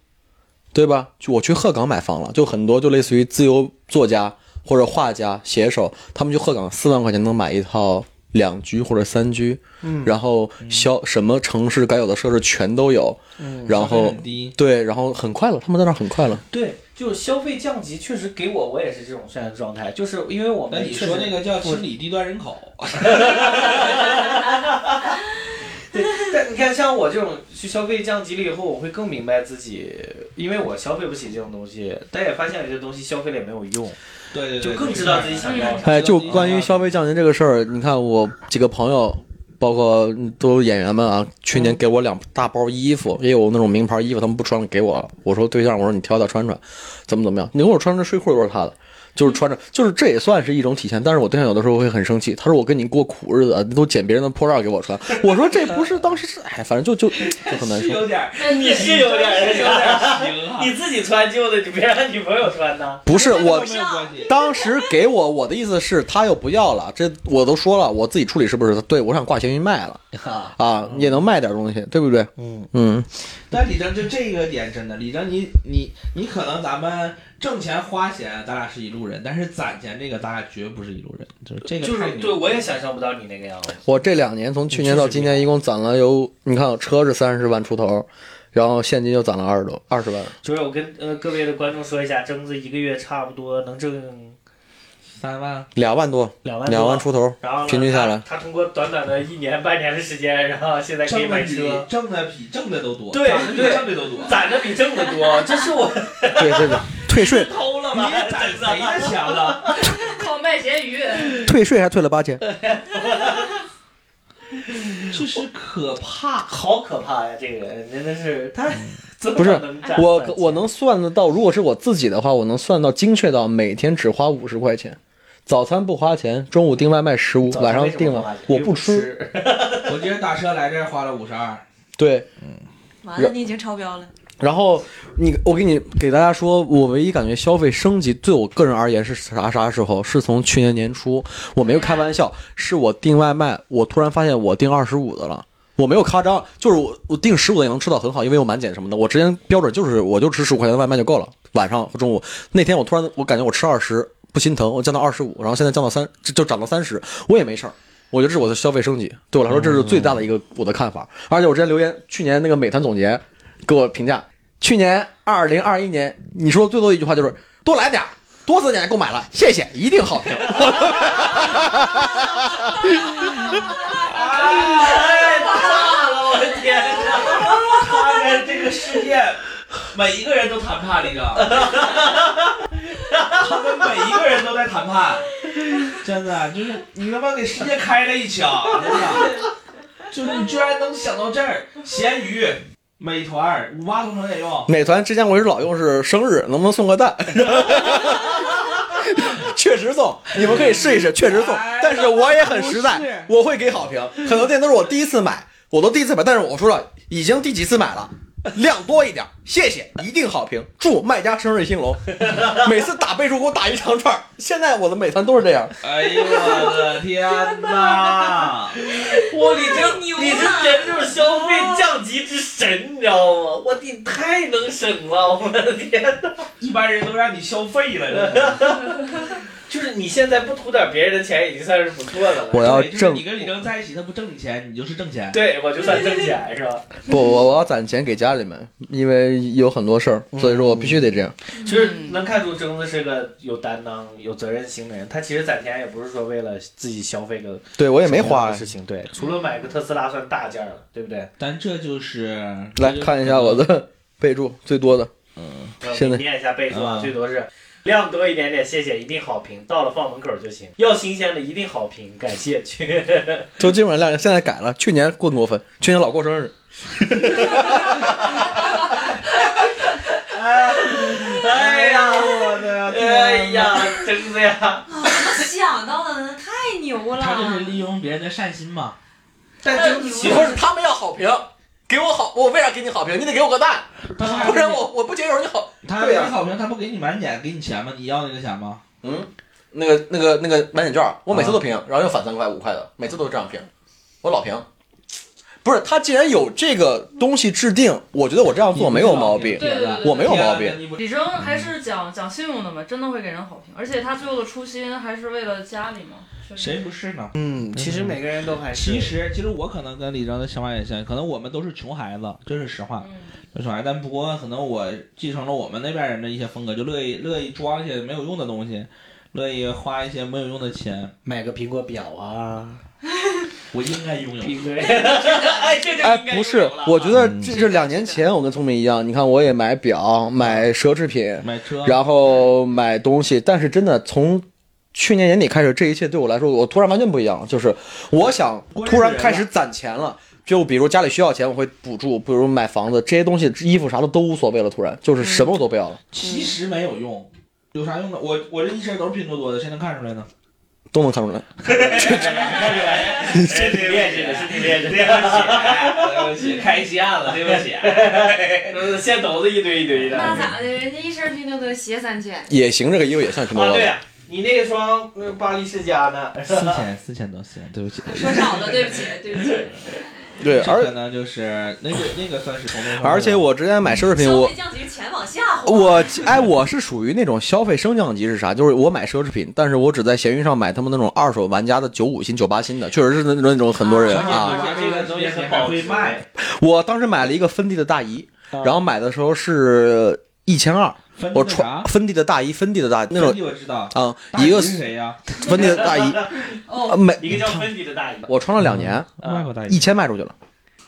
C: 对吧？就我去鹤岗买房了，就很多就类似于自由作家或者画家、写手，他们去鹤岗四万块钱能买一套两居或者三居，
B: 嗯
C: 然后消什么城市该有的设施全都有，
B: 嗯
C: 然
E: 消费
C: 后
E: 很低，
C: 对，然后很快乐，他们在那儿很快乐。
B: 对，就是消费降级确实给我，我也是这种现在状态，就是因为我
E: 那
B: 们
E: 你说
B: 确实
E: 那个叫心理低端人口，啊
B: 对，但你看，像我这种去消费降级了以后，我会更明白自己，因为我消费不起这种东西，但也发现有些东西消费了也没有用，
E: 对对对，
B: 就更知道自己想要啥。
C: 哎，就关于消费降级这个事儿，你看我几个朋友，包括都有演员们啊，去年给我两大包衣服，也有那种名牌衣服，他们不穿了给我，我说对象，我说你挑挑穿穿，怎么怎么样？你给我穿着睡裤都是他的。就是穿着，就是这也算是一种体现。但是我对象有的时候会很生气，他说我跟你过苦日子，你啊都捡别人的破烂给我穿。我说这不是当时是，哎，反正就就就很难
B: 是
C: 受。
B: 有点儿，你是有点儿，是有点儿，
E: 啊
B: 你自己穿旧的，你别让女朋友穿呐。
C: 不是我
E: 都没有关系。
C: 当时给我我的意思是，他又不要了，这我都说了，我自己处理是不是？对我想挂闲鱼卖了。啊，也能卖点东西，对不对？
B: 嗯
C: 嗯，
E: 但李征就这个点真的，李征你你你可能咱们挣钱花钱，咱俩是一路人，但是攒钱这个咱俩绝不是一路人，就是这个
B: 就
E: 太
B: 是
E: 牛
B: 对，我也想象不到你那个样子。
C: 我这两年从去年到今年，一共攒了有，你看车是三十万出头，然后现金又攒了二十多二十万，
B: 就是我跟呃各位的观众说一下，征子一个月差不多能挣
E: 三万
C: 两万多，
B: 两万多
C: 两万，出头，
B: 然后呢
C: 平均下来
B: 他，他通过短短的一年半年的时间，然后现在可以
E: 挣的
B: 买
E: 比
B: 车，
E: 挣的比挣的都多，
B: 对
E: 攒的比
B: 对
E: 挣的都多。
B: 攒的比挣的多，这是我
C: 对对对， 退税
B: 偷了
E: 你
B: 吗？
E: 攒谁的钱了？
F: 靠卖咸鱼，
C: 退税还退了八 千，
E: 这是可怕。
B: 好可怕呀！这个人真的是他 怎么
C: 不是
B: 能攒
C: 我
B: 攒钱
C: 我能算得到，如果是我自己的话，我能算到精确到每天只花五十块钱。早餐不花钱，中午订外卖十五，
B: 早
C: 晚
B: 上
C: 上
B: 为什么
C: 订
B: 不
C: 了
B: 花钱
C: 我
B: 因为
C: 不吃。
B: 吃，
E: 我今天打车来这儿花了五十二，
C: 对，
D: 完了，你已经超标了。
C: 然后你，我给你给大家说，我唯一感觉消费升级对我个人而言是啥啥时候？是从去年年初，我没有开玩笑，是我订外卖，我突然发现我订二十五的了。我没有夸张，就是我我订十五的也能吃到很好，因为有满减什么的。我之前标准就是我就吃十五块钱的外卖就够了，晚上和中午。那天我突然我感觉我吃二十不心疼，我降到二十五，然后现在降到三，就就涨到三十，我也没事儿。我觉得这是我的消费升级，对我来说这是最大的一个我的看法。而且我之前留言，去年那个美团总监给我评价，去年二零二一年，你说最多的一句话就是多来点儿，多次点购买了，谢谢，一定 好听。
B: 哎，炸了！我的天哪！
E: 看看这个世界，每一个人都谈判，李正，他们每一个人都在谈判，真的就是你他妈给世界开了一枪，真的，就是你居然能想到这儿，咸鱼、美团、五八同城也用，
C: 美团之前我一直老用是生日，能不能送个蛋？ 确实送，你们可以试一试，确实送
E: 哎。
C: 但是我也很实
E: 不是
C: 在，我会给好评。很多店都是我第一次买，我都第一次买，但是我说了，已经第几次买了。量多一点，谢谢，一定好评。祝卖家生日兴 隆。每次打备注给我打一长串儿，现在我的美团都是这样。
E: 哎呦我的天哪！
B: 我你这
D: 牛
B: 你这简直就是消费降级之神，你知道吗？我的你太能省了，我的天哪！
E: 一般人都让你消费了，真的
B: 就是你现在不图点别人的钱，已经算是不错的了。
C: 我要
E: 对就是
C: 挣
E: 你跟李征在一起，他不挣你钱，你就是挣钱。
B: 对，我就算挣钱是吧？
C: 不，我我要攒钱给家里面，因为有很多事儿，所以说我必须得这样。
B: 就是能看出征子是个有担当、有责任心的人。他其实攒钱也不是说为了自己消费个
C: 对我
B: 我
C: 也没花。
B: 事情，对，除了买个特斯拉算大件儿了， 对不对？
E: 但这就是
C: 来看一下我的备注，最多的
B: 我给
C: 现在
B: 你念一下备注啊，
E: 嗯
B: 最多是量多一点点，谢谢，一定好评，到了放门口就行。要新鲜的，一定好评，感谢。去，
C: 就基本上量现在改了，去年过得过分，去年老过生日，
B: 哎呀，
C: 我的
B: 哎呀，真的呀！
D: 想到的呢，太牛
E: 他就是
D: 了！
E: 利用别人的善心嘛。
C: 但
D: 你
C: 媳妇儿他们要好评，给我好，我为啥给你好评？你得给我个蛋，
E: 但他还
C: 不然
F: 啊
C: 我我不接受你好。
E: 他
C: 对啊
E: 给
C: 呀
E: 你好评，他不给你满减，给你钱吗？你要那个钱吗？
C: 那个那个那个满减券儿，我每次都评，然后又返三块五块的，每次都这样评，我老评。不是他既然有这个东西制定，我觉得我这样做没有毛病
E: 你。不是老
F: 对对
E: 评
F: 对
C: 我没有毛病
E: 天啊你不
F: 李征还是讲讲信用的嘛，真的会给人好评，而且他最后的初心还是为了家里嘛。确实
E: 谁不是呢？
C: 嗯
B: 其实每个人都还是
E: 其实，其实我可能跟李征的想法也像，可能我们都是穷孩子，这是实话，
F: 嗯，
E: 这是实话。但不过，可能我继承了我们那边人的一些风格，就乐意乐意抓一些没有用的东西，乐意花一些没有用的钱。
B: 买个苹果表啊，
E: 我应该拥
C: 嗯
E: 有。
B: 苹果，哎， 这就
C: 哎
B: 应该，
C: 不是
B: 有了，
C: 我觉得
E: 嗯
C: 这这两年前我跟聪明一样，你看我也买表、买奢侈品，
E: 买车，
C: 然后买东西，但是真的从去年年底开始，这一切对我来说，我突然完全不一样了。就是我想
E: 过日子
C: 突然开始攒钱了，就比如家里需要钱，我会补助，比如买房子这些东西，衣服啥的都无所谓了。突然就是什么我都不要了，
E: 其实没有用，有啥用呢？我我这一身都是拼多多的，谁能看出来呢？
C: 都能看出来。
B: 哎是挺劣质的，是挺劣质
G: 对
B: 的。
G: 不起，对不起，开西岸了，对不起。
B: 嗯线头子一堆一堆的。
D: 那
B: 啊，
D: 咋的？人家一身拼多多鞋三千，
C: 也行，这个衣服也算拼多多
B: 对
C: 的。
B: 呀、你那双呃巴黎世家呢？
E: 四千四千多，四千，对不起。
D: 说少了，对不起，对不起。
C: 对，
E: 这
C: 而
E: 个呢，就是那个那个算是同类。
C: 而且我之前买奢侈品，
D: 消
C: 我
D: 费降级，钱往下滑。
C: 我哎，我是属于那种消费升降级是啥？就是我买奢侈品，但是我只在闲鱼上买他们那种二手玩家的九五新、九八新的，确实是那那种很多人
E: 而且
C: 啊。
E: 而且这个东西很
G: 保
E: 好会卖，
C: 我当时买了一个芬迪的大姨，
E: 啊
C: 然后买的时候是一千二，
E: 分
C: 我
E: 那
C: 穿
E: 啥，
C: 芬迪的大衣，芬迪的大那种
E: 分地我知道。
C: 啊、
E: 大
C: 一个
E: 姨是谁呀？
C: 芬迪的大衣，
F: 哦，
C: 啊每
B: 一个叫芬迪的大姨，
C: 我穿了两年，
B: 呃
E: 外国大
C: 一
E: 姨。
C: 千卖出去了，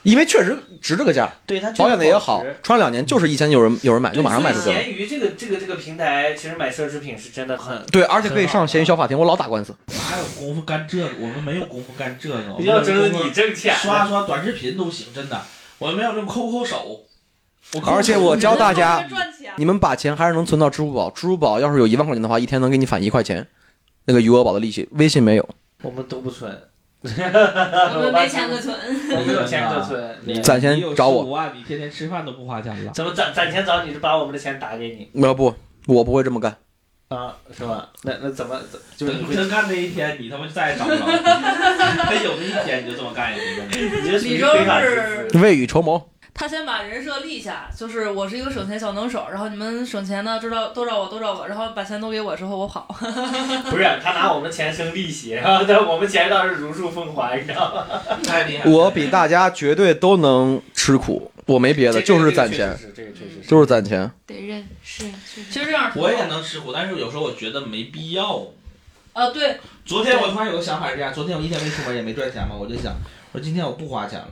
C: 因为确实值这个价，
B: 对他
C: 保养的也好，穿了两年就是一千，有人有人买就马上卖出去
B: 所以
C: 了。
B: 闲鱼这个这个这个平台，其实买奢侈品是真的很。
C: 对，而且可以上闲鱼小法庭，我老打官司。
E: 哪有功夫干这个？我们没有功夫干这个。
B: 你要真的
E: 我
B: 你
E: 们
B: 挣钱，
E: 刷刷短视频都行，真的。我们要这么抠抠手。我抠抠手
C: 而且我教大 家
F: 人家靠这赚钱，
C: 你们把钱还是能存到支付宝，支付宝要是有一万块钱的话，一天能给你返一块钱，那个余额宝的利息。微信没有，
B: 我们都不 存，
D: 我们没钱可存，
B: 我没有钱可 存。
E: 你
C: 攒钱
E: 你有
C: 找我
E: 15万，你天天吃饭都不花 钱了。
B: 怎么攒攒钱找你是把我们的钱打给你
C: 没有呃不，我不会这么干。
B: 啊？是吧？那那怎么怎就
E: 就是是
B: 你
E: 你
B: 会
E: 真干那一天，你他妈就再也找不着了。 他有那一天，你就这么干也行。
B: 你这属于
F: 李征
B: 非法支
F: 是
B: 付。
C: 未雨绸缪，
F: 他先把人设立下，就是我是一个省钱小能手，然后你们省钱呢，知道都找我，都找我，然后把钱都给我之后我跑。
B: 不是，他拿我们钱生利息，然后但我们钱倒是如数奉还，你知道吗？
E: 太厉害了。
C: 我比大家绝对都能吃苦，我没别的，就是攒钱，，
B: 这个确实是，
C: 就是攒钱。
D: 得认是是
F: 其实这样挺好
E: 我也能吃苦，但是有时候我觉得没必要。
F: 啊，对，
E: 昨天我突然有个想法是这样：昨天我一天没出门也没赚钱嘛，我就想，我说今天我不花钱了，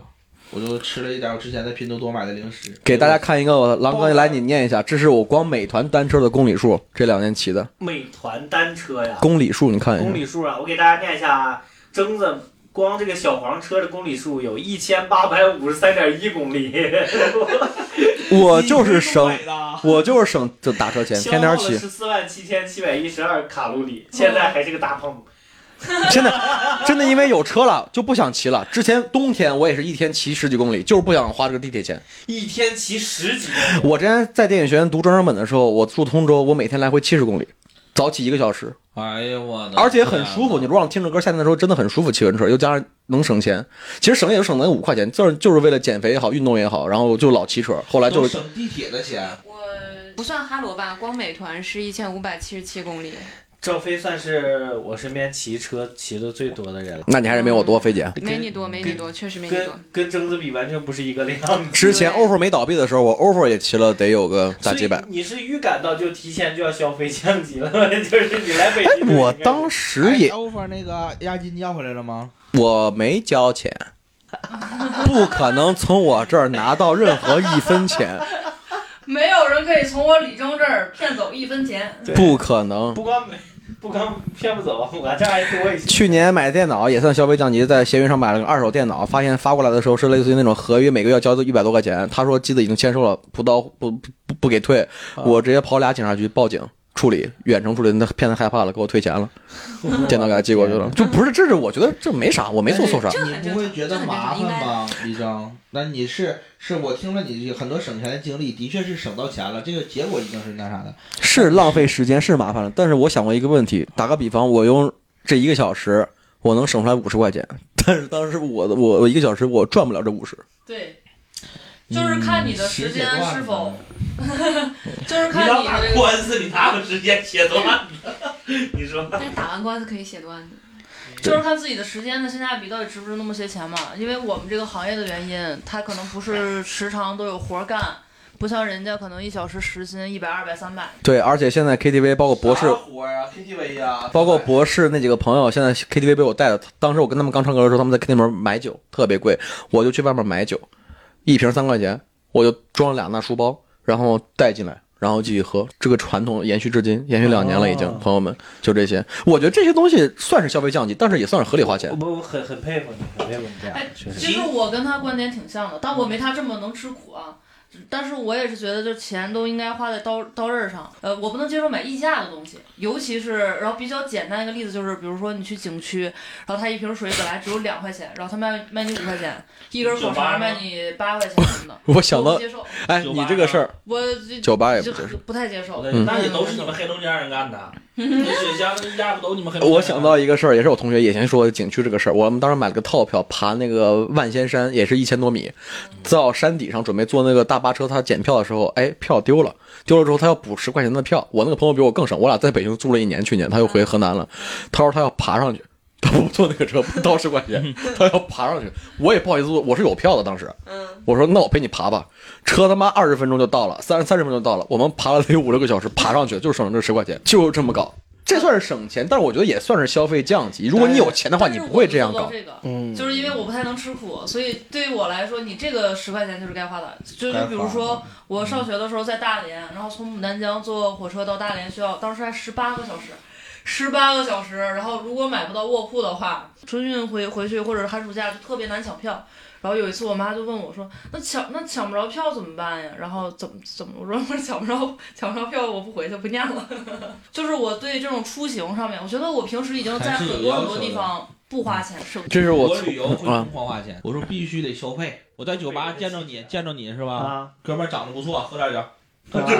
E: 我就吃了一点我之前在拼多多买的零食，
C: 给大家看一个，我狼哥来你念一下，这是我光美团单车的公里数，这两年骑的
B: 美团单车呀，
C: 公里数，你看
B: 公
C: 一下。
B: 里数啊，我给大家念一下啊，征子光这个小黄车的公里数有一千八百五十三点一公里，
C: 我就是
E: 你
C: 省
E: 是，不买的
C: 我就是省这打车钱，天天骑。
B: 十四万七千七百一十二卡路里，现在还是个大胖子。
C: 现在真的因为有车了就不想骑了。之前冬天我也是一天骑十几公里，就是不想花这个地铁钱。
B: 一天骑十几公里，
C: 我之前在电影学院读专升本的时候，我住通州，我每天来回七十公里。早起一个小时，
E: 哎呀我
B: 嗯
E: 的，
C: 而且很
B: 啊
C: 舒服。你路上听着歌，夏天的时候真的很舒服。骑自行车又加上能省钱，其实省也就省那五块钱，就是就是为了减肥也好，运动也好，然后就老骑车。后来就
E: 都
C: 是
E: 省地铁的钱，
F: 我
D: 不算哈罗吧，光美团是一千五百七十七公里。
B: 郑飞算是我身边骑车骑的最多的人了，
C: 那你还是没我多，菲姐。
D: 没你多，没你多，确实没你
B: 跟
D: 多。
B: 跟征子比完全不是一个量。
C: 之前 offer 没倒闭的时候，我 offer 也骑了得有个大几百
B: 所。以你是预感到就提前就要消费降级了 吗，就是你来北京就应该。哎
C: 哎我当
E: 哎
C: 时也
E: offer 那个押金要回来了吗？
C: 我没交钱， 不可能从我这儿拿到任何一分钱。
F: 没有人可以从我李征这儿骗走一分钱。
B: 对
C: 不可能。
B: 不光没不光骗不走，我这还多一些。
C: 去年买电脑也算消费降级，在闲鱼上买了个二手电脑，发现发过来的时候是类似于那种合约，每个月要交一百多块钱。他说机子已经签收了，不到不不不不给退，我直接跑俩警察局报警处理，远程处理。那骗子害怕了，给我退钱 了，电脑给他寄过去了。就不是，这是我觉得这没啥，我没做错啥。
D: 这很
E: 哎你
D: 正
E: 不会
D: 常，
E: 觉
D: 这
E: 得
D: 很正
E: 麻
D: 常，应
E: 烦
D: 该
E: 吧，李征？那你是是我听了你很多省钱的经历，的确是省到钱了，这个结果一定是那啥的。
C: 是浪费时间，是麻烦了。但是我想过一个问题，打个比方，我用这一个小时，我能省出来五十块钱，但是当时我的我我一个小时我赚不了这五十。
F: 对，
D: 嗯
F: 就是看你的时间是否，就是
G: 你
F: 看
G: 老
F: 你
G: 打
F: 的这个。
G: 官司，你哪有时间写段子？你 说
D: 但是打完官司可以写段子。
F: 就是看自己的时间的性价比到底值不值那么些钱嘛。因为我们这个行业的原因，他可能不是时常都有活儿干，不像人家可能一小时时薪一百、二百、三百。
C: 对，而且现在 KTV 包括博士
E: 啥，活儿啊，KTV 呀，
C: 包括博士那几个朋友，现在 KTV 被我带的。当时我跟他们刚唱歌的时候，他们在 KTV 门买酒，特别贵，我就去外面买酒，一瓶三块钱，我就装了俩大书包，然后带进来，然后继续喝。这个传统延续至今，延续两年了已经。
B: 哦
C: 朋友们，就这些， 我觉得这些东西算是消费降级，但是也算是合理花钱
B: 我。我很很佩服你，很佩服你这样
F: 哎，
B: 确实。
F: 其实我跟他观点挺像的，但我没他这么能吃苦啊。但是我也是觉得，就钱都应该花在刀刀刃上。呃，我不能接受买溢价的东西，尤其是然后比较简单一个例子就是，比如说你去景区，然后他一瓶水本来只有两块钱，然后他卖卖你五块钱，一根口肠卖你八块钱什么的，
C: 我想
F: 我
C: 到
F: 不，接受，
C: 哎，
G: 酒吧
C: 你这个事儿，
F: 我这
C: 酒吧也不
F: 就
C: 接受。
F: 不太接受。
C: 嗯
G: 那也都是你们黑龙江人干的，那雪乡那压不都你们黑龙江人干
B: 啊
G: 的？
C: 我想到一个事儿，也是我同学以前说景区这个事儿。我们当时买了个套票，爬那个万仙山，也是一千多米，到山顶上准备坐那个大巴车，他检票的时候，哎，票丢了，丢了之后他要补十块钱的票。我那个朋友比我更省，我俩在北京住了一年，去年他又回河南了，他说他要爬上去。他不坐那个车，不掏十块钱，他要爬上去，我也不好意思坐，我是有票的。当时，我说那我陪你爬吧，车他妈二十分钟就到了，三三十分钟就到了，我们爬了得有五六个小时，爬上去就是省了这十块钱，就是这么搞。这算是省钱，但是我觉得也算是消费降级。如果你有钱的话，
F: 但
C: 你
F: 是
C: 不
F: 我
C: 会这样
F: 做到
C: 搞。
F: 这个，
B: 嗯
F: 就是因为我不太能吃苦，所以对于我来说，你这个十块钱就是该花的。就是比如说，我
E: 嗯
F: 上学的时候在大连，然后从牡丹江坐火车到大连需要，当时还十八个小时，十八个小时。然后如果买不到卧铺的话，春运回回去或者是寒暑假就特别难抢票。然后有一次，我妈就问我说：“那抢那抢不着票怎么办呀？”然后怎么怎么我说我抢不着抢不着票，我不回去不念了。 就是我对这种出行上面，我觉得我平时已经在
E: 还是有
F: 很多很
E: 要
F: 多
E: 求
F: 地
E: 的
F: 方不花钱省
C: 这是我
E: 我 旅游会
C: 啊
E: 疯狂花钱，我说必须得消费。我在酒吧见着你，见着你是吧？
B: 啊，
E: 哥们儿长得不错，喝点 酒，
C: 嗯
B: 啊
E: 就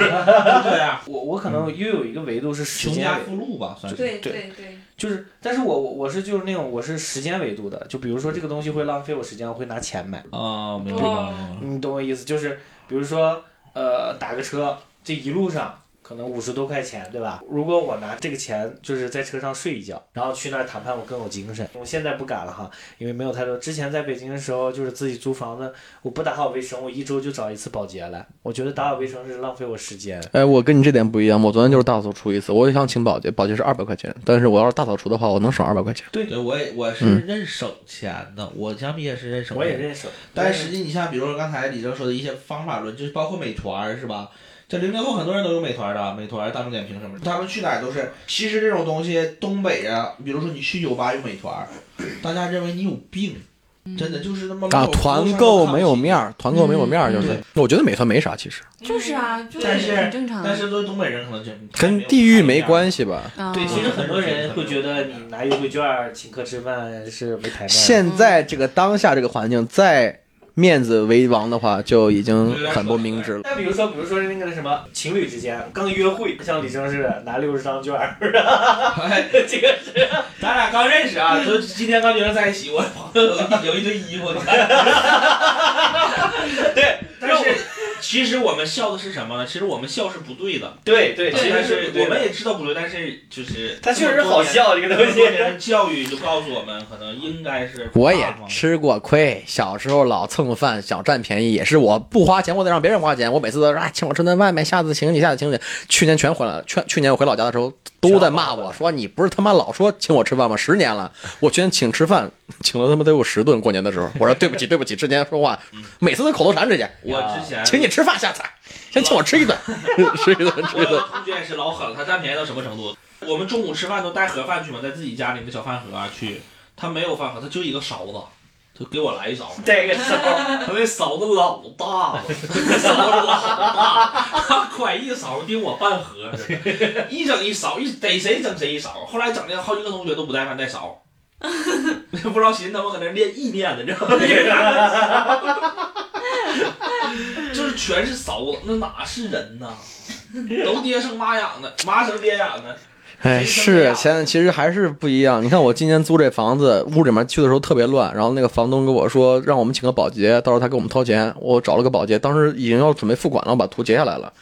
E: 这样。
B: 我我可能又有一个维度是时
E: 穷
B: 间
E: 家
B: 维度，
E: 富路吧，算是。
D: 对
B: 对
D: 对，
B: 就是，但是我我我是就是那种我是时间维度的，就比如说这个东西会浪费我时间，我会拿钱买，
E: 啊，明白了。明白了
B: 你懂我意思？就是比如说呃打个车，这一路上可能五十多块钱，对吧？如果我拿这个钱就是在车上睡一觉，然后去那儿谈判，我更有精神。我现在不敢了哈，因为没有太多。之前在北京的时候，就是自己租房子，我不打扫卫生，我一周就找一次保洁来。我觉得打扫卫生是浪费我时间。
C: 哎，我跟你这点不一样，我昨天就是大扫除一次，我也想请保洁，保洁是二百块钱，但是我要是大扫除的话，我能省二百块钱。
E: 对，我也我是
C: 嗯
E: 认省钱的，我相比也是认省。
B: 我也。认识，
E: 但实际你像比如说刚才李征说的一些方法论，就是包括美团儿是吧？这零零后很多人都有美团儿的，美团儿、大众点评什么的，他们去哪儿都是。其实这种东西，东北啊，比如说你去酒吧用美团儿，大家认为你有病，
D: 嗯
E: 真的就是那么
C: 啊，团购没有面。儿，团购没有面儿，就
E: 嗯
C: 是。我觉得美团没啥，其实
D: 就是啊，就是
E: 但是
D: 很正常。
E: 但是作为东北人，可能就
C: 跟地域没
E: 系。
C: 关系吧。
D: 啊
B: 对，其实很多人会觉得你拿优惠券儿请客吃饭是没台面儿的。
C: 现在这个当下这个环境，再面子为王的话，就已经很不明智了。
B: 那比如说，比如说是那个什么情侣之间刚约会，像李征似的拿六十张券儿，
E: 哎，
B: 这个
E: 咱俩刚认识啊，就今天刚决定在一起，我朋友有一堆衣 服，你看。对，但 是其实我们笑的是什么呢？其实我们笑是不对的，
B: 对对，其实
E: 但
B: 是
E: 是
B: 不对
E: 我
B: 的
E: 们。也知道不对，但是就是
B: 他确实好。笑这个东
E: 多
B: 西。
E: 年的教育就告诉我们，可能应该是
C: 我也
E: 大方
C: 吃过亏，小时候老蹭饭，想占便宜，也是我不花钱，我得让别人花钱。我每次都说，哎，请我吃顿外卖，下次请你，下次请你。去年全回来了，去去年我回老家的时候都在骂我说，你不是啊他妈老说请我吃饭吗？十年了，我去年请吃饭， 请了他妈得有十顿。过年的时候，我说对不起，对不起，之前说话，每次都口头禅这些，
E: 我之前
C: 请你吃吃饭下菜，先请我吃一顿， 吃一顿，吃
E: 我
C: 一
E: 有个
C: 顿。
E: 同学也是老狠了，他占便宜到什么程度？我们中午吃饭都带盒饭去嘛，在自己家里的小饭盒啊去，他没有饭盒，他就一个勺子，就给我来一勺。
B: 这个时候
E: 他那勺子老大了，那勺子老大，他快一勺顶我半盒，一整一勺，一逮谁整谁一勺。后来整的好几个同学都不带饭带勺， 不知道寻思他们搁那练意念呢，你知道吗？ 就是全是勺子，那哪是人呐？都爹生妈养的，妈生爹养的，
C: 哎，是，现在其实还是不一样。你看我今年租这房子，屋里面去的时候特别乱，然后那个房东跟我说让我们请个保洁，到时候他给我们掏钱。我找了个保洁，当时已经要准备付款了，我把图截下来了，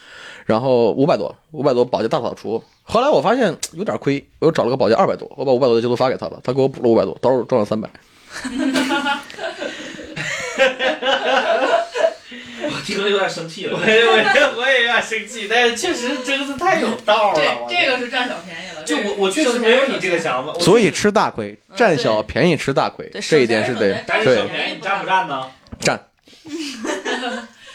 C: 然后五百多，五百多保洁大扫除。后来我发现有点亏，我又找了个保洁二百多，我把五百多的截图发给他了，他给我补了五百多，到时候赚了三百。
E: 我听着有点生气了
B: 我。也我也我也有点生气，但是确实这个是太有道了。
F: 对，
B: 我
F: 这个是占小便宜了。
B: 就
F: 这
B: 我我确实没有你这个想法，我
C: 所以吃大亏，嗯占小便宜吃大亏，
F: 对
C: 这一点是得
F: 省
B: 但
F: 钱省
B: 是小
C: 对
F: 钱
B: 便宜你占不占呢？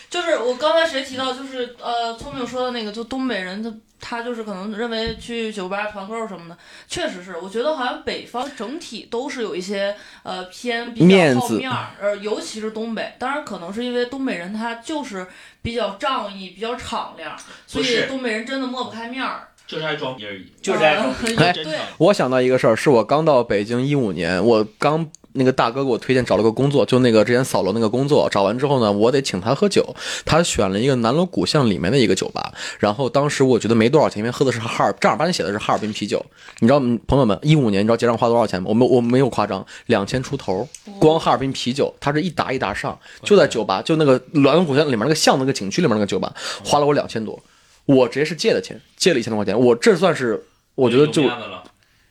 F: 就是我刚才谁提到，就是呃，聪明说的那个，就东北人他他就是可能认为去酒吧团购什么的，确实是，我觉得好像北方整体都是有一些呃偏比
C: 面
F: 较好
C: 子
F: 面儿，呃，尤其是东北，当然可能是因为东北人他就是比较仗义、比较敞亮，所
E: 不
F: 以
E: 是
F: 东北人真的抹不开面儿，
E: 就是爱装逼而已，
B: 就是爱
F: 呃
B: 装
C: 哎
E: 真
F: 对
E: 诚。
C: 我想到一个事儿，是我刚到北京一五年，我刚那个大哥给我推荐找了个工作，就那个之前扫楼那个工作，找完之后呢，我得请他喝酒，他选了一个南锣鼓巷里面的一个酒吧，然后当时我觉得没多少钱，因为喝的是哈尔，正儿八经写的是哈尔滨啤酒，你知道嗯朋友们，一五年你知道结账花多少钱吗？我没有我没有夸张，两千出头，光哈尔滨啤酒，它是一打一打上，就在酒吧，就那个南锣鼓巷里面那个巷那个景区里面那个酒吧，花了我两千多。我直接是借的钱，借了一千多块钱，我这算是，我觉得就
E: 有面子了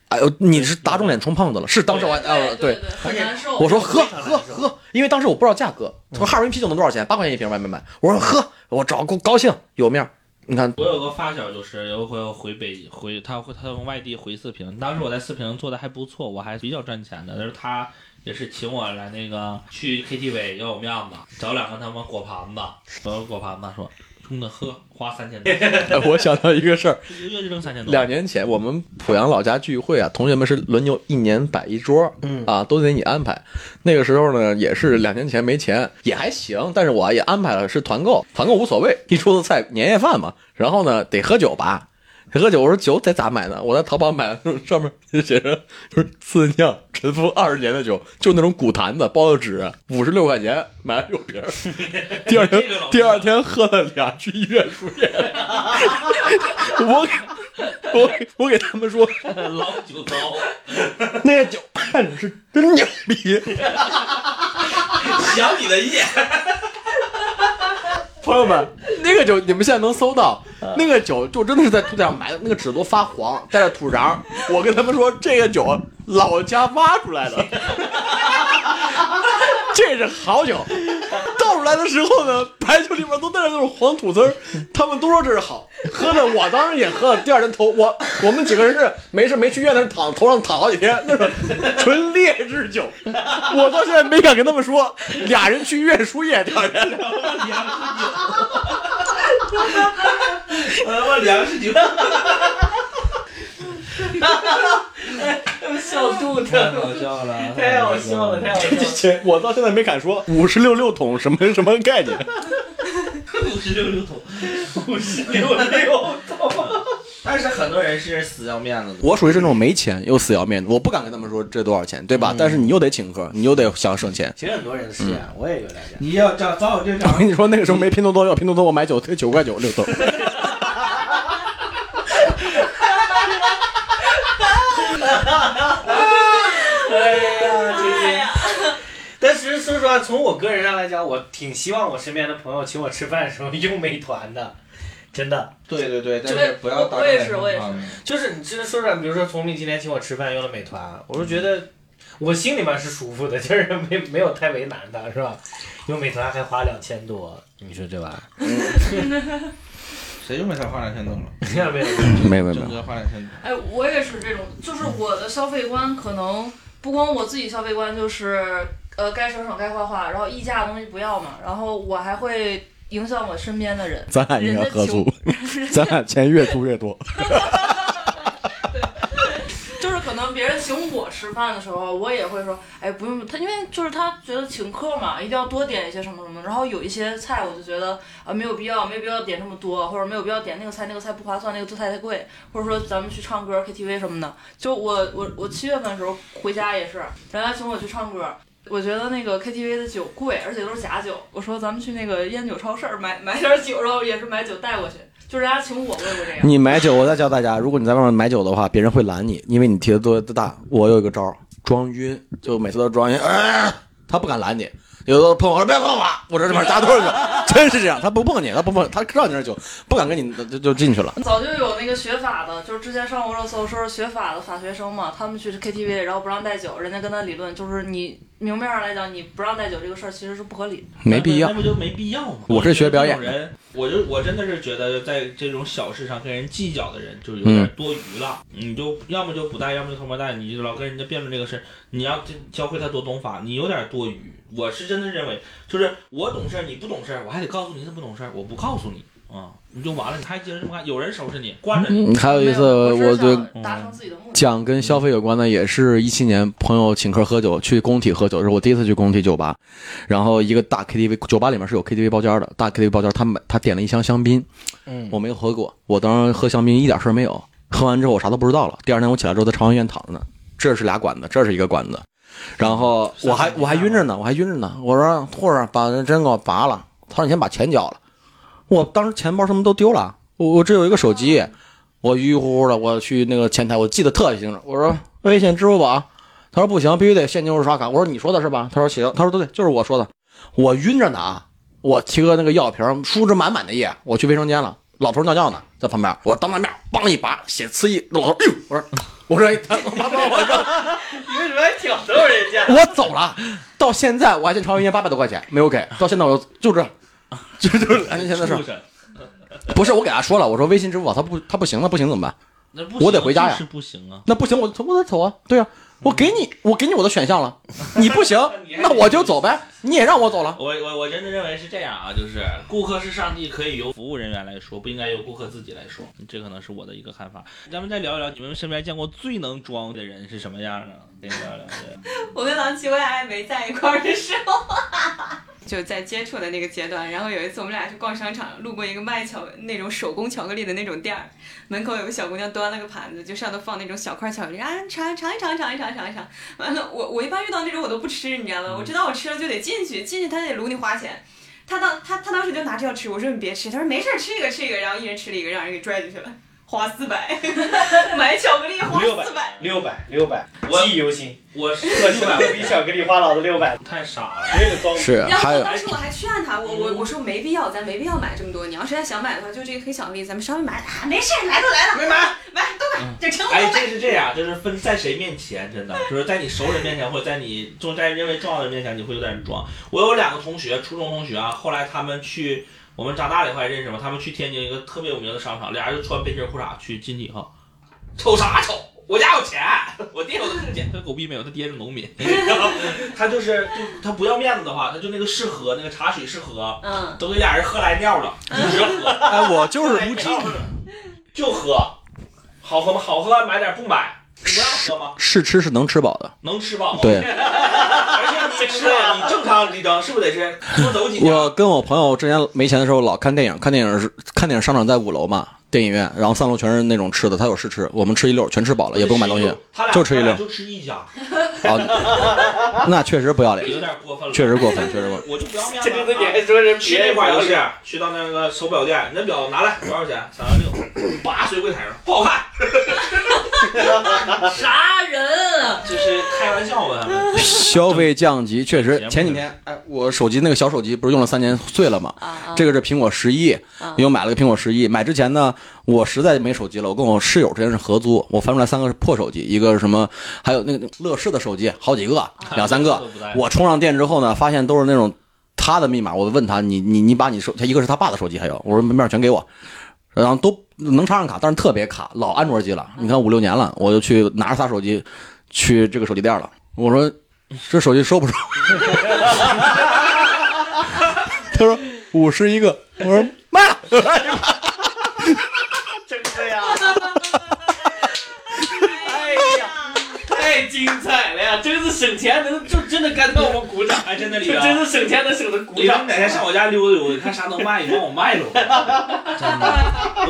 C: 哎呦，你是打肿脸充胖子了，是当时我还呃
F: 对
C: 对，
F: 对，很难受。
C: 我说喝喝喝，因为当时我不知道价格，说哈尔滨啤酒能多少钱，八块钱一瓶，买买买，我说喝，我找高高兴有面儿，你看
E: 我有个发小，就是有一回我回北回，他回他从外地回四平，当时我在四平做的还不错，我还比较赚钱的。但是他也是请我来那个去 KTV 要我面子，找两个他妈果盘子，找个果盘子说冲着喝，花三千多，
C: 哎 我想到一个事儿，
E: 一个月就挣三千多。
C: 两年前我们濮阳老家聚会啊，同学们是轮流一年摆一桌，
B: 嗯
C: 啊，都得你安排。那个时候呢，也是两年前没钱，也还行，但是我也安排了是团购，团购无所谓，一桌子菜年夜饭嘛。然后呢，得喝酒吧，得喝酒。我说酒得咋买呢？我在淘宝买了，上面就写着就是自酿陈腐二十年的酒，就那种古坛子包的纸，五十六块钱买了六瓶儿。第二天
E: 这个老师
C: 第二天喝了俩去医院住院，我我我给他们说，
E: 老酒糟，
C: 那酒看是真牛逼。
E: 想你的夜，
C: 朋友们， 那个酒你们现在能搜到，那个酒就真的是在土地上埋的，那个纸都发黄，带着土瓤。我跟他们说，这个酒老家挖出来的，这是好酒。倒出来的时候呢，白酒里面都带着那种黄土丝儿，他们都说这是好喝的。我当时也喝了，第二天头我我们几个人是没事没去医院，那是躺头上躺好几天，那是纯劣质酒。我到现在没敢跟他们说，俩人去医院输液，第二天。
B: 他妈粮食酒，笑肚子，
E: 太好笑了，
B: 太好笑了，太好笑 了。
C: 前我到现在没敢说五十六六桶什么什么概念。
E: 五十六六桶，五十六六桶。但是很多人是死要面子的。
C: 我属于是那种没钱又死要面子，我不敢跟他们说这多少钱，对吧？但是你又得请客，你又得想省钱。
B: 其实很多人是这样，我也有点这样。
E: 你要找早有这招
C: 我跟你说，那个时候没拼多多，要拼多多我买九九块九六桶。
B: 哎呀，这些。 但其实说实话，从我个人上来讲，我挺希望我身边的朋友请我吃饭的时候用美团的，真的。
E: 对对对，但
F: 对
E: 是不要打
F: 我我也是我也是
E: 是。
B: 就是你真的说出来，比如说丛林今天请我吃饭用了美团，我就觉得嗯我心里面是舒服的，就是没没有太为难他，是吧？用美团还花两千多，你说这玩 意
E: 谁用美团花两千多了？
B: 儿，看到没有？
C: 没没
E: 郑哥花两千多。
F: 哎，我也是这种，就是我的消费观可能不光我自己消费观，就是呃该省省该花花，然后溢价的东西不要嘛，然后我还会。影响我身边的人。
C: 咱俩应该合租，咱俩钱越出越多。
F: 就是可能别人请我吃饭的时候，我也会说，哎，不用他，因为就是他觉得请客嘛，一定要多点一些什么什么。然后有一些菜，我就觉得啊没有必要，没有必要点这么多，或者没有必要点那个菜，那个菜不划算，那个做菜太贵，或者说咱们去唱歌 KTV 什么的。就我我我七月份的时候回家也是，人家请我去唱歌。我觉得那个 KTV 的酒贵，而且都是假酒。我说咱们去那个烟酒超市买买点酒，然后也是买酒带过去。就人家请我，我也会这样。
C: 你买酒，我再教大家，如果你在外面买酒的话，别人会拦你，因为你提的多大。我有一个招儿，装晕，就每次都装晕，哎他不敢拦你。有的碰我说别碰我，我这里面扎多少酒，真是这样，他不碰你，他不碰，他知道你是酒，不敢跟你就就进去了。
F: 早就有那个学法的，就是之前上过热搜，说是学法的法学生嘛，他们去 KTV，然后不让带酒，人家跟他理论，就是你明面上来讲，你不让带酒这个事儿其实是不合理的。
C: 没必要
E: 那，不就没必要吗？
C: 我是学表演的
E: 我觉得这种人，我就我真的是觉得在这种小事上跟人计较的人，就是有
C: 嗯
E: 点多余了。你就要么就不带，要么就他妈带，你就老跟人家辩论这个事儿，你要教会他多懂法，你有点多余。我是真的认为，就是我懂事儿，你不懂事儿，我还得告诉你他不懂事儿，我不告诉你啊、你就完了，你还接着这么干，有人收拾你，惯着你。
C: 嗯，还有一次，
F: 没有
C: 我
F: 我只是
C: 就嗯
F: 想达成自己的目的。
C: 讲跟消费有关的，也是一七年朋友请客喝酒，去工体喝酒，这是我第一次去工体酒吧。然后一个大 KTV 酒吧里面是有 KTV 包间的，大 KTV 包间他买他点了一箱香槟，
B: 嗯，
C: 我没有喝过，我当时喝香槟一点事儿没有，喝完之后我啥都不知道了。第二天我起来之后在长安医院躺着呢，这是俩管子，这是一个管子，然后我还我还晕着呢，我还晕着呢，我说护士把那针给我拔了，他说你先把钱交了，我当时钱包什么都丢了，我我只有一个手机，我晕晕乎乎的，我去那个前台，我记得特清楚，我说微信、支付宝，他说不行，必须得现金或者刷卡，我说你说的是吧？他说行，他说对，就是我说的，我晕着呢啊。我提个那个药瓶，梳着满满的液，我去卫生间了，老头尿尿呢，在旁边，我当他面梆一拔，血呲一，老头，哎呦，我说，我说，哎他他把我扔，
G: 你为什么还挑逗人家？
C: 我走了，到现在我还欠朝阳医院八百多块钱没有给，到现在我就这， 就 就是安全钱的事儿
E: 畜，生
C: 不是我给他说了，我说微信、支付宝他不他不行了，不行怎么办？
E: 那不
C: 我得回家呀
E: 就是不行啊。
C: 那不行，我我得走啊，对啊，我给你我给你我的选项了，你不行
E: 你，还
C: 那我就走呗，你也让我走了，
E: 我我我真的认为是这样啊，就是顾客是上帝，可以由服务人员来说，不应该由顾客自己来说。这可能是我的一个看法。咱们再聊一聊，你们身边见过最能装的人是什么样的？跟你聊聊。对
D: 我跟郎奇我俩还没在一块儿的时候，就在接触的那个阶段。然后有一次我们俩去逛商场，路过一个卖巧那种手工巧克力的那种店儿，门口有个小姑娘端了个盘子，就上头放那种小块巧克力，啊尝尝一尝，尝一尝，尝一尝。完了，我我一般遇到那种我都不吃，你知道吗？我知道我吃了就得进去，进去他得撸你花钱。他当他他当时就拿着要吃，我说你别吃，他说没事儿吃一个吃一个，然后一人吃了一个，让人给拽进去了，花四百买巧克力花
G: 六百
D: 四百。
G: 六百六百，
E: 我
G: 记忆犹新。
E: 我是
G: 我吃百比巧克力花老子六百，
E: 太傻了。
G: 我给你装。
C: 是
D: 然后当时我还劝他，我我我说没必要，咱没必要买这么多。你要实在想买的话，就这个黑巧克力，咱们稍微买点啊，没事，来都来了，
E: 没买，
D: 买都买，
F: 嗯
D: 这成
E: 哎
D: 我，买。
E: 这是这样，就是分在谁面前，真的就是在你熟人面前，或者在你重在认为重要的人面前，你会有点装。我有两个同学，初中同学啊，后来他们去我们长大了以后还认识嘛，他们去天津一个特别有名的商场，俩人就穿背心裤衩去进去以后，瞅啥瞅？我家有钱，我爹有的是钱，他狗逼没有，他爹是农民，然后 他就是就他不要面子的话，他就那个试喝那个茶水试喝，
D: 嗯，
E: 都给俩人喝来尿了，一直喝。
C: 哎，我就是不
E: 进，就喝，好喝吗？好喝，买点不买，你不让喝吗？
C: 是吃是能吃饱的，
E: 能吃饱吗？
C: 对。
E: 而且你吃了，你正常里程是不是得是多走几
C: 我
E: 条？
C: 跟我朋友之前没钱的时候，老看电影，看电影是看电影商场在五楼嘛，电影院，然后三楼全是那种吃的，他有试吃，我们吃一溜，全吃饱了，也不用买东西，
E: 他俩
C: 就吃一
E: 他俩
C: 溜
E: 就吃一家，
C: 啊， 那确实不要脸，
E: 有点过分了，
C: 确实过分，确实过分。
E: 我就不要面子
G: 这个
E: 了。
G: 你还说人
E: 去那
G: 别
E: 块儿
G: 玩
E: 就是去到那个手表店，你那表拿来多少钱？三万六，叭随柜台上，不好看，
F: 啥人啊？
E: 这是开玩笑吧？
C: 消费降级确实，前几天哎，我手机那个小手机不是用了三年碎了吗？
D: 啊
C: 这个是苹果十一，因为我买了个苹果十一。买之前呢，我实在没手机了，我跟我室友之间是合租，我翻出来三个破手机，一个是什么，还有那个乐视的手机，好几个，两三个。我充上电之后呢，发现都是那种他的密码。我问他，你你你把你手，他一个是他爸的手机，还有我说没面全给我，然后都能插上卡，但是特别卡，老安卓机了。你看五六年了，我就去拿着他手机去这个手机店了。我 说这手机收不收？他说五十一个。我说卖了，
B: 真的呀！
G: 哎呀，太精彩了呀！真是省钱能就真的该让我们鼓掌，
E: 哎，真的李
G: 这啊
E: 哥，
G: 真是省钱能省得鼓
E: 李哥，
G: 掌
E: 你。哪天上我家溜达溜达，看啥能卖，你帮我卖 了吧。真的，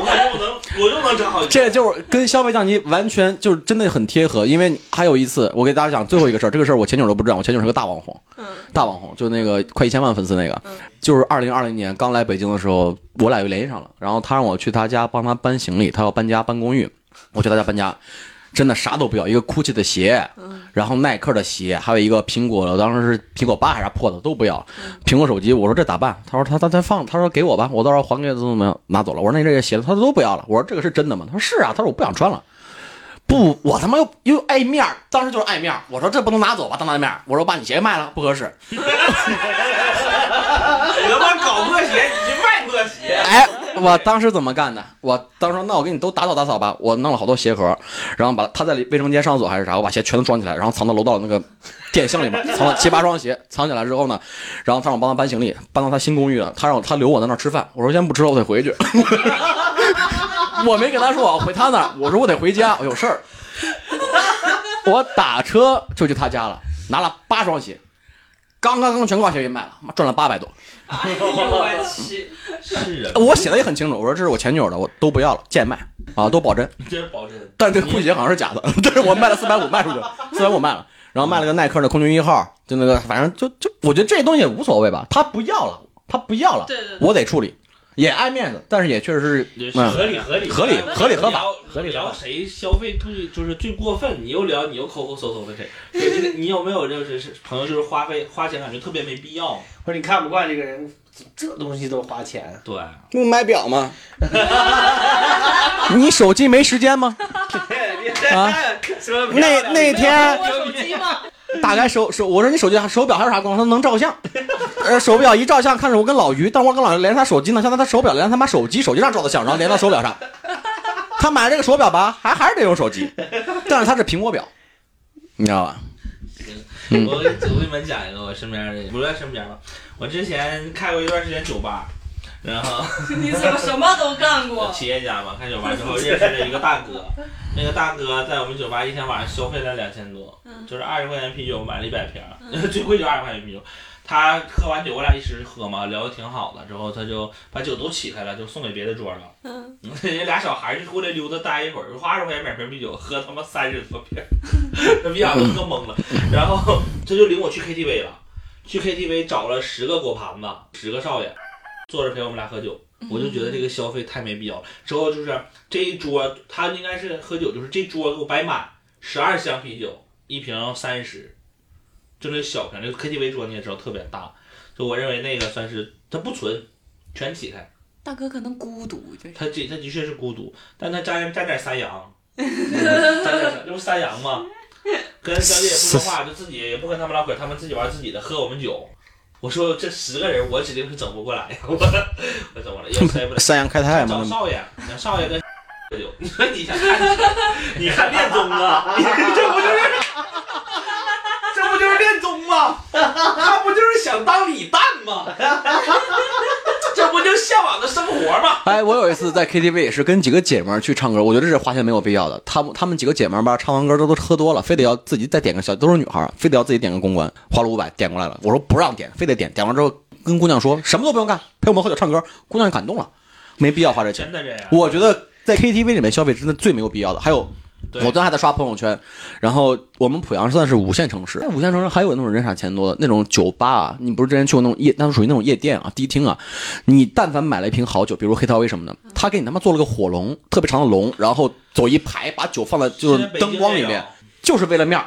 E: 我感觉我能，我就能整好一个。
C: 这就是跟消费降级完全就是真的很贴合。因为还有一次，我给大家讲最后一个事儿，这个事儿我前女友都不知道，我前女友是个大网红，
D: 嗯
C: 大网红就那个快一千万粉丝那个，就是二零二零年刚来北京的时候，我俩就联系上了，然后他让我去他家帮他搬行李，他要搬家搬公寓，我去他家搬家。真的啥都不要，一个 GUCCI 的鞋，然后耐克的鞋，还有一个苹果，的，当时是苹果八还是啥破的都不要，苹果手机，我说这咋办？他说他他他放，他说给我吧，我到时候还给怎么怎么样拿走了。我说那这些鞋子他都不要了，我说这个是真的吗？他说是啊，他说我不想穿了。不，我他妈又又爱面儿，当时就是爱面儿。我说这不能拿走吧，当当面儿。我说把你鞋卖了不合适。
E: 你他妈搞破鞋，你去卖破鞋。
C: 哎，我当时怎么干的？我当时说那我给你都打扫打扫吧。我弄了好多鞋盒，然后把他在卫生间上厕所还是啥，我把鞋全都装起来，然后藏到楼道那个电箱里面，藏了七八双鞋。藏起来之后呢，然后他让我帮他搬行李，搬到他新公寓了。他让我他留我在那儿吃饭，我说先不吃了，我得回去。我没给他说我要回他那儿，我说我得回家，我有事儿。我打车就去他家了，拿了八双鞋，刚刚刚全挂鞋给卖了，妈赚了八百多。
D: 哎呦我去，
E: 是啊，
C: 我写的也很清楚，我说这是我前女友的，我都不要了，贱卖啊，都保真。
E: 你这是保真。
C: 但这个空姐好像是假的， 但是我卖了四百五卖出去，四百五卖了，然后卖了个耐克的空军一号，就那个反正就就我觉得这些东西也无所谓吧，他不要了，他不要了，
D: 对对对，
C: 我得处理，也爱面子，但是也确实
G: 也
C: 是
G: 是
C: 嗯
G: 合理合理
C: 合理合理合法，
G: 合理聊谁消费最就是最过分，你又聊你又抠抠搜搜的谁？你你有没有就是是朋友就是花费花钱感觉特别没必要？
B: 我说你看不惯这个人，这东西都花钱，
G: 对，
C: 不买表吗？ 你手机没 时间吗？
G: 哎
C: 啊，
B: 说
C: 那那天
F: 我手机嘛，
C: 打开手手，我说你手机还手表还有啥功能？它能照相。 呃，手表一照相，看着我跟老于，但我跟老于连上他手机呢，现在他手表连上他妈手机，手机上照的相，然后连到手表上。 他买了这个手表吧，还还是得用手机，但是他是苹果表，你知道吧？嗯
E: 我我给你们讲一个我身边的，不算身边吧，我之前开过一段时间酒吧，然后。
F: 你怎么什么都干过？
E: 企业家嘛，开酒吧之后认识了一个大 哥，那个大哥在我们酒吧一天晚上消费了两千多，
D: 嗯
E: 就是二十块钱啤酒买了一百瓶儿， 最贵就二十块钱啤酒。他喝完酒，我俩一直喝嘛，聊得挺好的。之后他就把酒都起开了，就送给别的桌了。
D: 嗯，
E: 人家 俩小孩儿就过来溜达待一会儿，花二十块钱买瓶啤酒，喝他妈三十多瓶儿， 那逼样都喝 懵了。然后这就领我去 KTV 了，去 KTV 找了十个果盘子，十个少爷，坐着陪我们俩喝酒。我就觉得这个消费太没必要了。之后就是这一桌，他应该是喝酒，就是这桌给我摆满十二箱啤酒，一瓶三十，就那小瓶，那个 KTV 桌你也知道特别大，就我认为那个算是它不纯，全起开。
D: 大哥可能孤独，就是
E: 他的他的确是孤独，但他沾沾点山羊，沾点山这不山羊吗？跟小姐也不说话，就自己也不跟他们唠嗑，他们自己玩自己的，喝我们酒。我说这十个人，我指定是整不过来呀，我我整不了，也塞不了。
C: 三阳开泰
E: 找
C: 嘛，
E: 少爷，你让少爷跟喝酒，你说你想看，你看恋综啊？你这不就是，这不就是恋综吗？他不就是想当李诞吗？这不就是向往的生活吗？
C: 哎，我有一次在 KTV 也是跟几个姐们儿去唱歌，我觉得这是花钱没有必要的。她们她们几个姐们儿吧，唱完歌都都喝多了，非得要自己再点个小，都是女孩儿，非得要自己点个公关，花了五百点过来了。我说不让点，非得点。点完之后跟姑娘说什么都不用干，陪我们喝酒唱歌，姑娘感动了，没必要花这钱。
E: 真的这样？
C: 我觉得在 KTV 里面消费真的最没有必要的。还有，我
E: 对
C: 昨天还在刷朋友圈，然后我们濮阳算是五线城市，但五线城市还有那种人傻钱多的那种酒吧啊，你不是之前去过那种夜，那属于那种夜店啊、迪厅啊，你但凡买了一瓶好酒，比如黑桃 A 什么的，他给你他妈做了个火龙，特别长的龙，然后走一排，把酒放在就
E: 现
C: 是
E: 在北京
C: 灯光
E: 也
C: 里
E: 有
C: 面，就是为了面儿。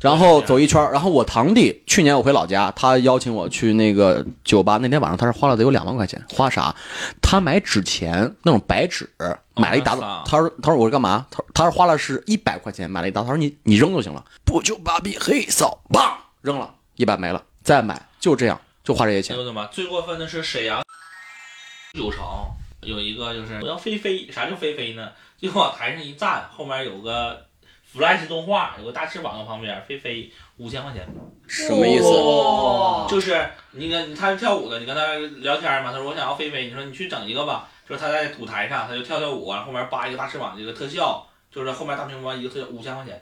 C: 然后走一圈儿，然后我堂弟去年我回老家，他邀请我去那个酒吧，那天晚上他是花了得有两万块钱，花啥？他买纸钱那种白纸，买了一沓子
E: 我操。
C: 他说他说我是干嘛？他他是花了是一百块钱买了一沓，他说你你扔就行了，不就芭比黑扫，砰扔了一百没了，再买就这样就花这些钱
E: 哎。我的妈！最过分的是沈阳九城有一个就是我要飞飞，啥叫飞飞呢？就往台上一站，后面有个 Flash 动画有个大翅膀在旁边，飞飞五千块钱，
C: 什么意思？
E: 哦就是你跟他跳舞的，你跟他聊天嘛，他说我想要飞飞，你说你去整一个吧，就是他在舞台上，他就跳跳舞，啊后面扒一个大翅膀，一个特效，就是后面大屏幕一个特效，五千块钱，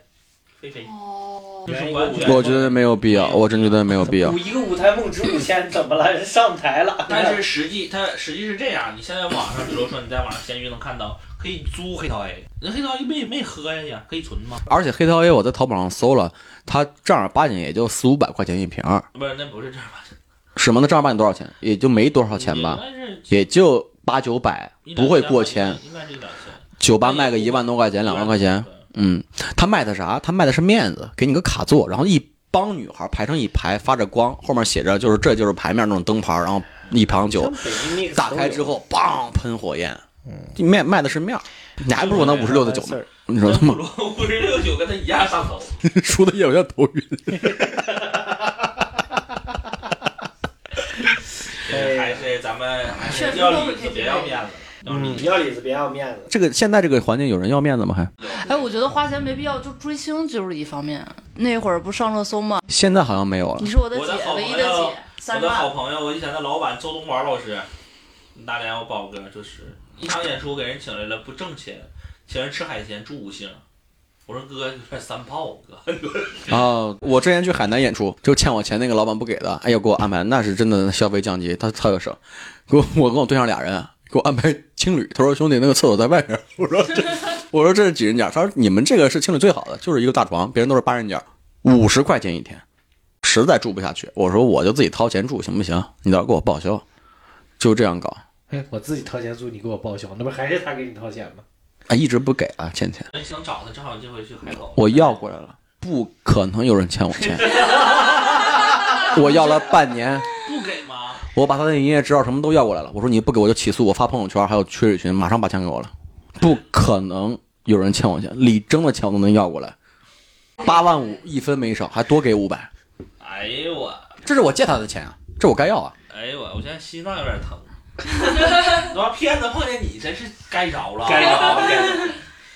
E: 飞飞，
D: 哦
E: 就是完全，
C: 我觉得没有必要，我真觉得没有必要。
B: 舞一个舞台梦值五千，怎么了？上台了。
E: 但是实际它实际是这样，你现在网上，比如说你在网上闲鱼能看到，可以租黑桃 A，那黑桃 A 没没喝呀也可以存吗？
C: 而且黑桃 A 我在淘宝上搜了，它正儿八经也就四五百块钱一瓶儿，
E: 不是，那不是正儿八经
C: 什么的正儿八经多少钱？也就没多少钱吧，
E: 应该是
C: 也就八九百，
E: 一两
C: 不会过千。，
E: 应该是一两千，
C: 酒吧卖个一万多块钱，两万块钱，
E: 对。
C: 嗯，他卖的啥？他卖的是面子，给你个卡座，然后一帮女孩排成一排，发着光，后面写着就是这就是牌面那种灯牌，然后一旁酒，打开之后，梆喷火焰，面卖的是面儿，你还不如那五十六的酒呢，你说
E: 那
C: 他妈
E: 不如五十六九跟他一样上头，
C: 说的也有点头晕。
B: 哎
E: 还是咱们还是
F: 确实
E: 要
F: 都
E: 里
F: 是
E: 子，
F: KTV
E: 别要面子，要里
B: 嗯，
E: 子。
B: 要里子别要面子。
C: 这个现在这个环境有人要面子吗？还
F: 哎，我觉得花钱没必要，就追星就是一方面。那会儿不上热搜吗？
C: 现在好像没有了
F: 你。是我的
E: 我的
F: 姐，
E: 好
F: 唯一
E: 朋
F: 的
E: 友
F: 姐，
E: 我
F: 三十
E: 的好
F: 万。
E: 朋友，我以前的老板周东宝老师，大连我宝哥，就是一场演出给人请来了，不挣钱，请人吃海鲜住五星。我说哥，你快三炮，哥，
C: 啊！我之前去海南演出，就欠我钱那个老板不给的，哎呀，给我安排，那是真的消费降级，他特省。给我，我跟我对象俩人，给我安排青旅。他说兄弟，那个厕所在外边。我说这，我说这是几人间？他说你们这个是青旅最好的，就是一个大床，别人都是八人间，五十块钱一天，实在住不下去。我说我就自己掏钱住行不行？你倒是给我报销，就这样搞。
B: 哎，我自己掏钱住，你给我报销，那不还是他给你掏钱吗？
C: 啊，一直不给啊，欠钱。
E: 那想找他，正好这回去海口。
C: 我要过来了，不可能有人欠我钱。我要了半年，
E: 不给吗？
C: 我把他的营业执照什么都要过来了。我说你不给我就起诉，我发朋友圈，还有推水群，马上把钱给我了。不可能有人欠我钱，李征的钱我都能要过来，八万五一分没少，还多给五百，
E: 哎呦我，
C: 这是我借他的钱啊，这我该要啊。
E: 哎呦我，我现在心脏有点疼。他妈骗子碰见你真是该饶了，
B: 该饶了该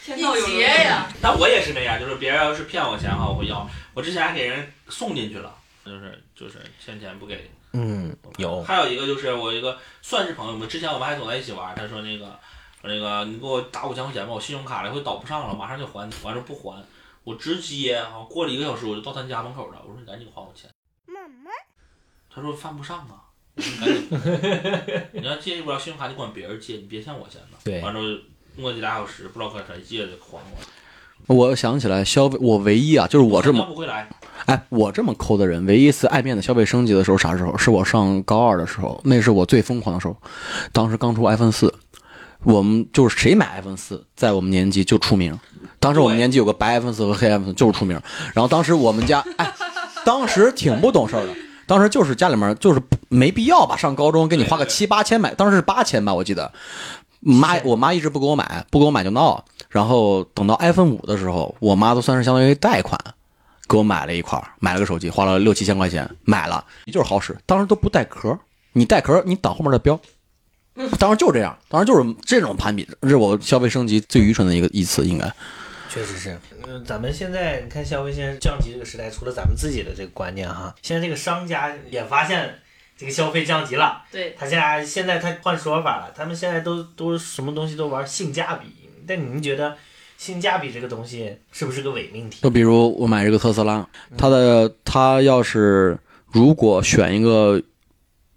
D: 天道有啊
F: 一
D: 伦
F: 节呀，
E: 但我也是那样，就是别人要是骗我钱的话，我会要。我之前还给人送进去了，就是就是欠钱不给。
B: 嗯，
C: 哦
B: 有。
E: 还有一个就是我一个算是朋友们，之前我们还总在一起玩儿。他说那个说那个你给我打五千块钱吧，我信用卡这回倒不上了，马上就还你。完了不还，我直接好像过了一个小时我就到他家门口了，我说你赶紧还我钱。他说犯不上啊。我说赶紧还，你要借不了信用卡，你管别人借，你别欠我钱了。
B: 对
E: 完了之后磨叽俩小时，不知道跟谁借的，还我。
C: 我想起来，消费我唯一啊，就是我这么
E: 还不回来，
C: 哎，我这么抠的人，唯一一次爱面子消费升级的时候啥时候？是我上高二的时候，那是我最疯狂的时候。当时刚出 iPhone 四，我们就是谁买 iPhone 四，在我们年级就出名。当时我们
E: 对
C: 年级有个白 iPhone 四和黑 iPhone 四就是出名。然后当时我们家，哎，当时挺不懂事儿的。当时就是家里面就是没必要吧，上高中给你花个
E: 对对
C: 七八千买，当时是八千吧，我记得。妈，我妈一直不给我买，不给我买就闹。然后等到 iPhone 五的时候，我妈都算是相当于贷款，给我买了一块儿，买了个手机，花了六七千块钱买了，就是好使。当时都不带壳，你带壳你挡后面的 标，当时就这样，当时就是这种攀比，这是我消费升级最愚蠢的一个一次，应该。
B: 确实是，嗯，咱们现在你看消费现在降级这个时代，除了咱们自己的这个观念哈，现在这个商家也发现这个消费降级了，
F: 对，
B: 他现在现在他换说法了，他们现在都都什么东西都玩性价比，但你们觉得性价比这个东西是不是个伪命题？
C: 就比如我买这个特斯拉，它的它要是如果选一个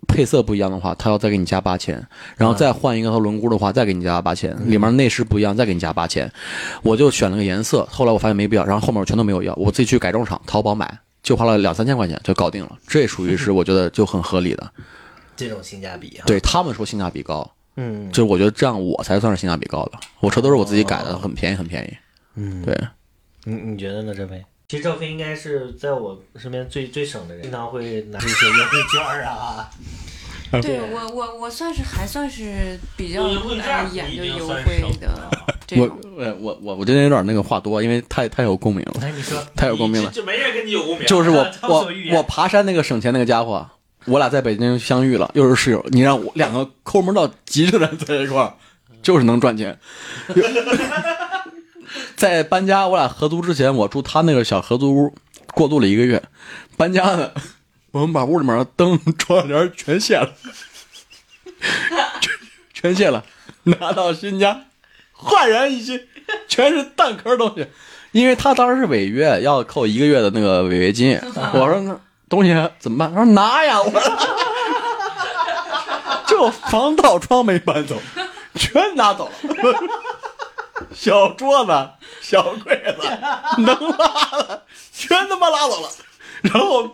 C: 配色不一样的话，它要再给你加八千，然后再换一个它轮毂的话，再给你加八千，里面内饰不一样，再给你加八千。我就选了个颜色，后来我发现没必要，然后后面我全都没有要，我自己去改装厂淘宝买，就花了两三千块钱就搞定了，这属于是我觉得就很合理的。
B: 这种性价比哈，，啊
C: 对他们说性价比高，
B: 嗯，
C: 就是我觉得这样我才算是性价比高的，我车都是我自己改的，很便宜很便宜。
B: 嗯，
C: 对，
B: 你你觉得呢，郑飞？其实赵飞应该是在我身边最最省的人，经常会拿出一些优惠券儿啊，
D: 对我我我算是还算是比较
E: 优惠价
D: 爱
E: 不
D: 研
E: 一
D: 究
E: 定
D: 优
E: 算是
D: 惠
E: 省
D: 的这
C: 我
D: 种。
C: 我我我我觉得有点那个话多，因为太太有共鸣了，
B: 哎，你说
C: 太有共鸣了。
E: 就没人跟你有共鸣。
C: 就是 我
B: 畅
C: 我
B: 所欲言
C: 我爬山那个省钱那个家伙，啊我俩在北京相遇了，又是室友，你让我两个抠门到极致的人在一块儿，就是能赚钱。 在搬家我俩合租之前，我住他那个小合租屋，过渡了一个月。搬家呢，我们把屋里面的灯、 窗帘全卸了，全全卸了，拿到新家，焕然一新，全是蛋壳东西。因为他当时是违约，要扣一个月的那个违约金。我说那东西怎么办？他说拿呀，我说就防盗窗没搬走，全拿走了。小桌子、小柜子，能拉的全他妈拉走了。然后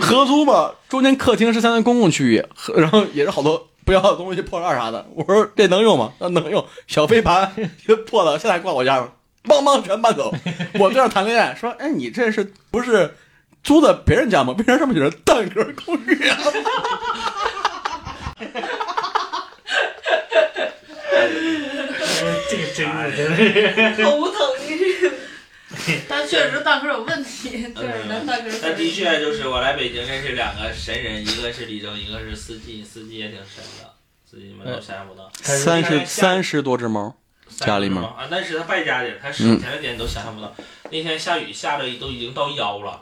C: 合租嘛，中间客厅是相当于公共区域，和然后也是好多不要的东西破烂啥的。我说这能用吗？那能用。小飞盘 破了，现在挂我家了，邦邦全搬走。我对象谈恋爱说：“哎，你这是不是租的别人家吗？为啥上面写着蛋壳公寓啊？”
B: 这个真是真是
F: 头疼这个。但确实蛋壳有问题，确实咱蛋壳有
E: 嗯
F: 问
E: 但的
F: 题。
E: 确就是我来北京认识两个神人，一个是李征，一个是司机，司机也挺神的，司机们
C: 呃
E: 都神不到。
C: 三
E: 十
C: 十三十多只猫，家里吗嗯
E: 啊，但是他败家底儿，他省钱的点你都想象不到。那天下雨下的都已经到腰了，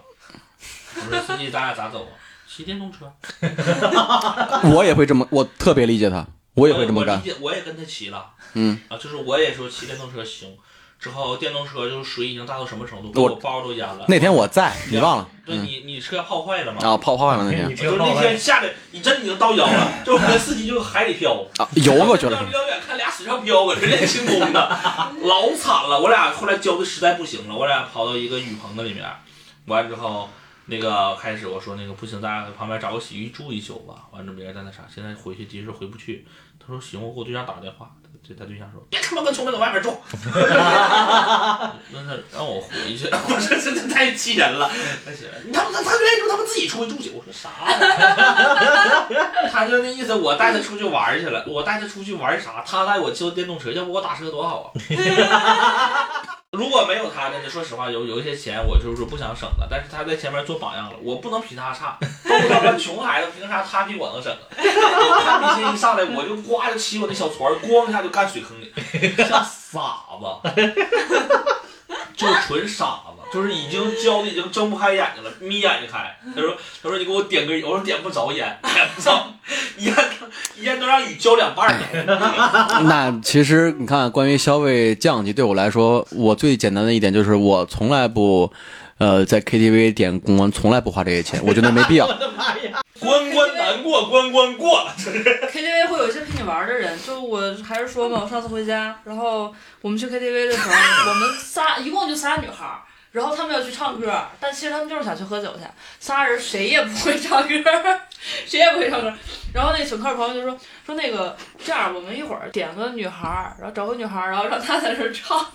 E: 我说司机咱俩咋走啊？骑电动车。
C: 我也会这么，我特别理解他，我也会这么干
E: 呃我。理解，我也跟他骑了。
C: 嗯
E: 啊，就是我也说骑电动车行，之后电动车就是水已经大到什么程度，把
C: 我
E: 我包都淹了。
C: 那天我在，你忘了？
E: 对
C: 嗯
E: 你你车泡坏了嘛？
C: 啊，泡泡完了那天
B: 你
E: 就
B: 这
E: 是
B: 冒
E: 那
B: 犯
E: 天下的，你真已经到 腰了，就是我跟司机就海里漂，
C: 啊，游过去 了
E: 让。远远看俩水上漂，搁这练轻功呢，老惨了。我俩后来教的实在不行了，我俩跑到一个雨棚子里面，完之后那个开始我说那个不行，咱俩在旁边找个洗浴住一宿吧。完之后别人在那啥，现在回去的确回不去。他说行，我给我对象打个电话。这他对象说：“别他妈跟聪明搁外面住。” 那他让我回去， 我说这这太气人了。他写他他他愿意住，他们自己出去住去。我说啥玩意儿？他就那意思，我带他出去玩儿去了，我带他出去玩儿啥？他带我修电动车，要不我打车多好啊！如果没有他，真的说实话，有有一些钱我就是不想省了，但是他在前面做榜样了，我不能比他差。都他妈穷孩子，凭啥他比我能省啊？他比心一上来，我就呱就骑我那小船儿，咣一下就干水坑里，像傻子，就纯傻子。就是已经教的已经睁不开眼睛了，眯眼睛开。他说：“他说你给我点根烟，我说点不着烟，点不着烟，烟都让雨浇两半儿了。”
C: 那其实你看，关于消费降级，对我来说，我最简单的一点就是我从来不，呃，在 KTV 点公关，从来不花这些钱，我觉得没必要。
E: 关关难过关关过，
F: KTV 会有一些陪你玩的人，就我还是说嘛，我上次回家，然后我们去 KTV 的时候，我们仨一共就仨女孩儿。然后他们要去唱歌，但其实他们就是想去喝酒去。仨人谁也不会唱歌， 谁也不会唱歌。然后那请客的朋友就说说那个这样，我们一会儿点个女孩儿，然后找个女孩儿，然后让她在这儿唱。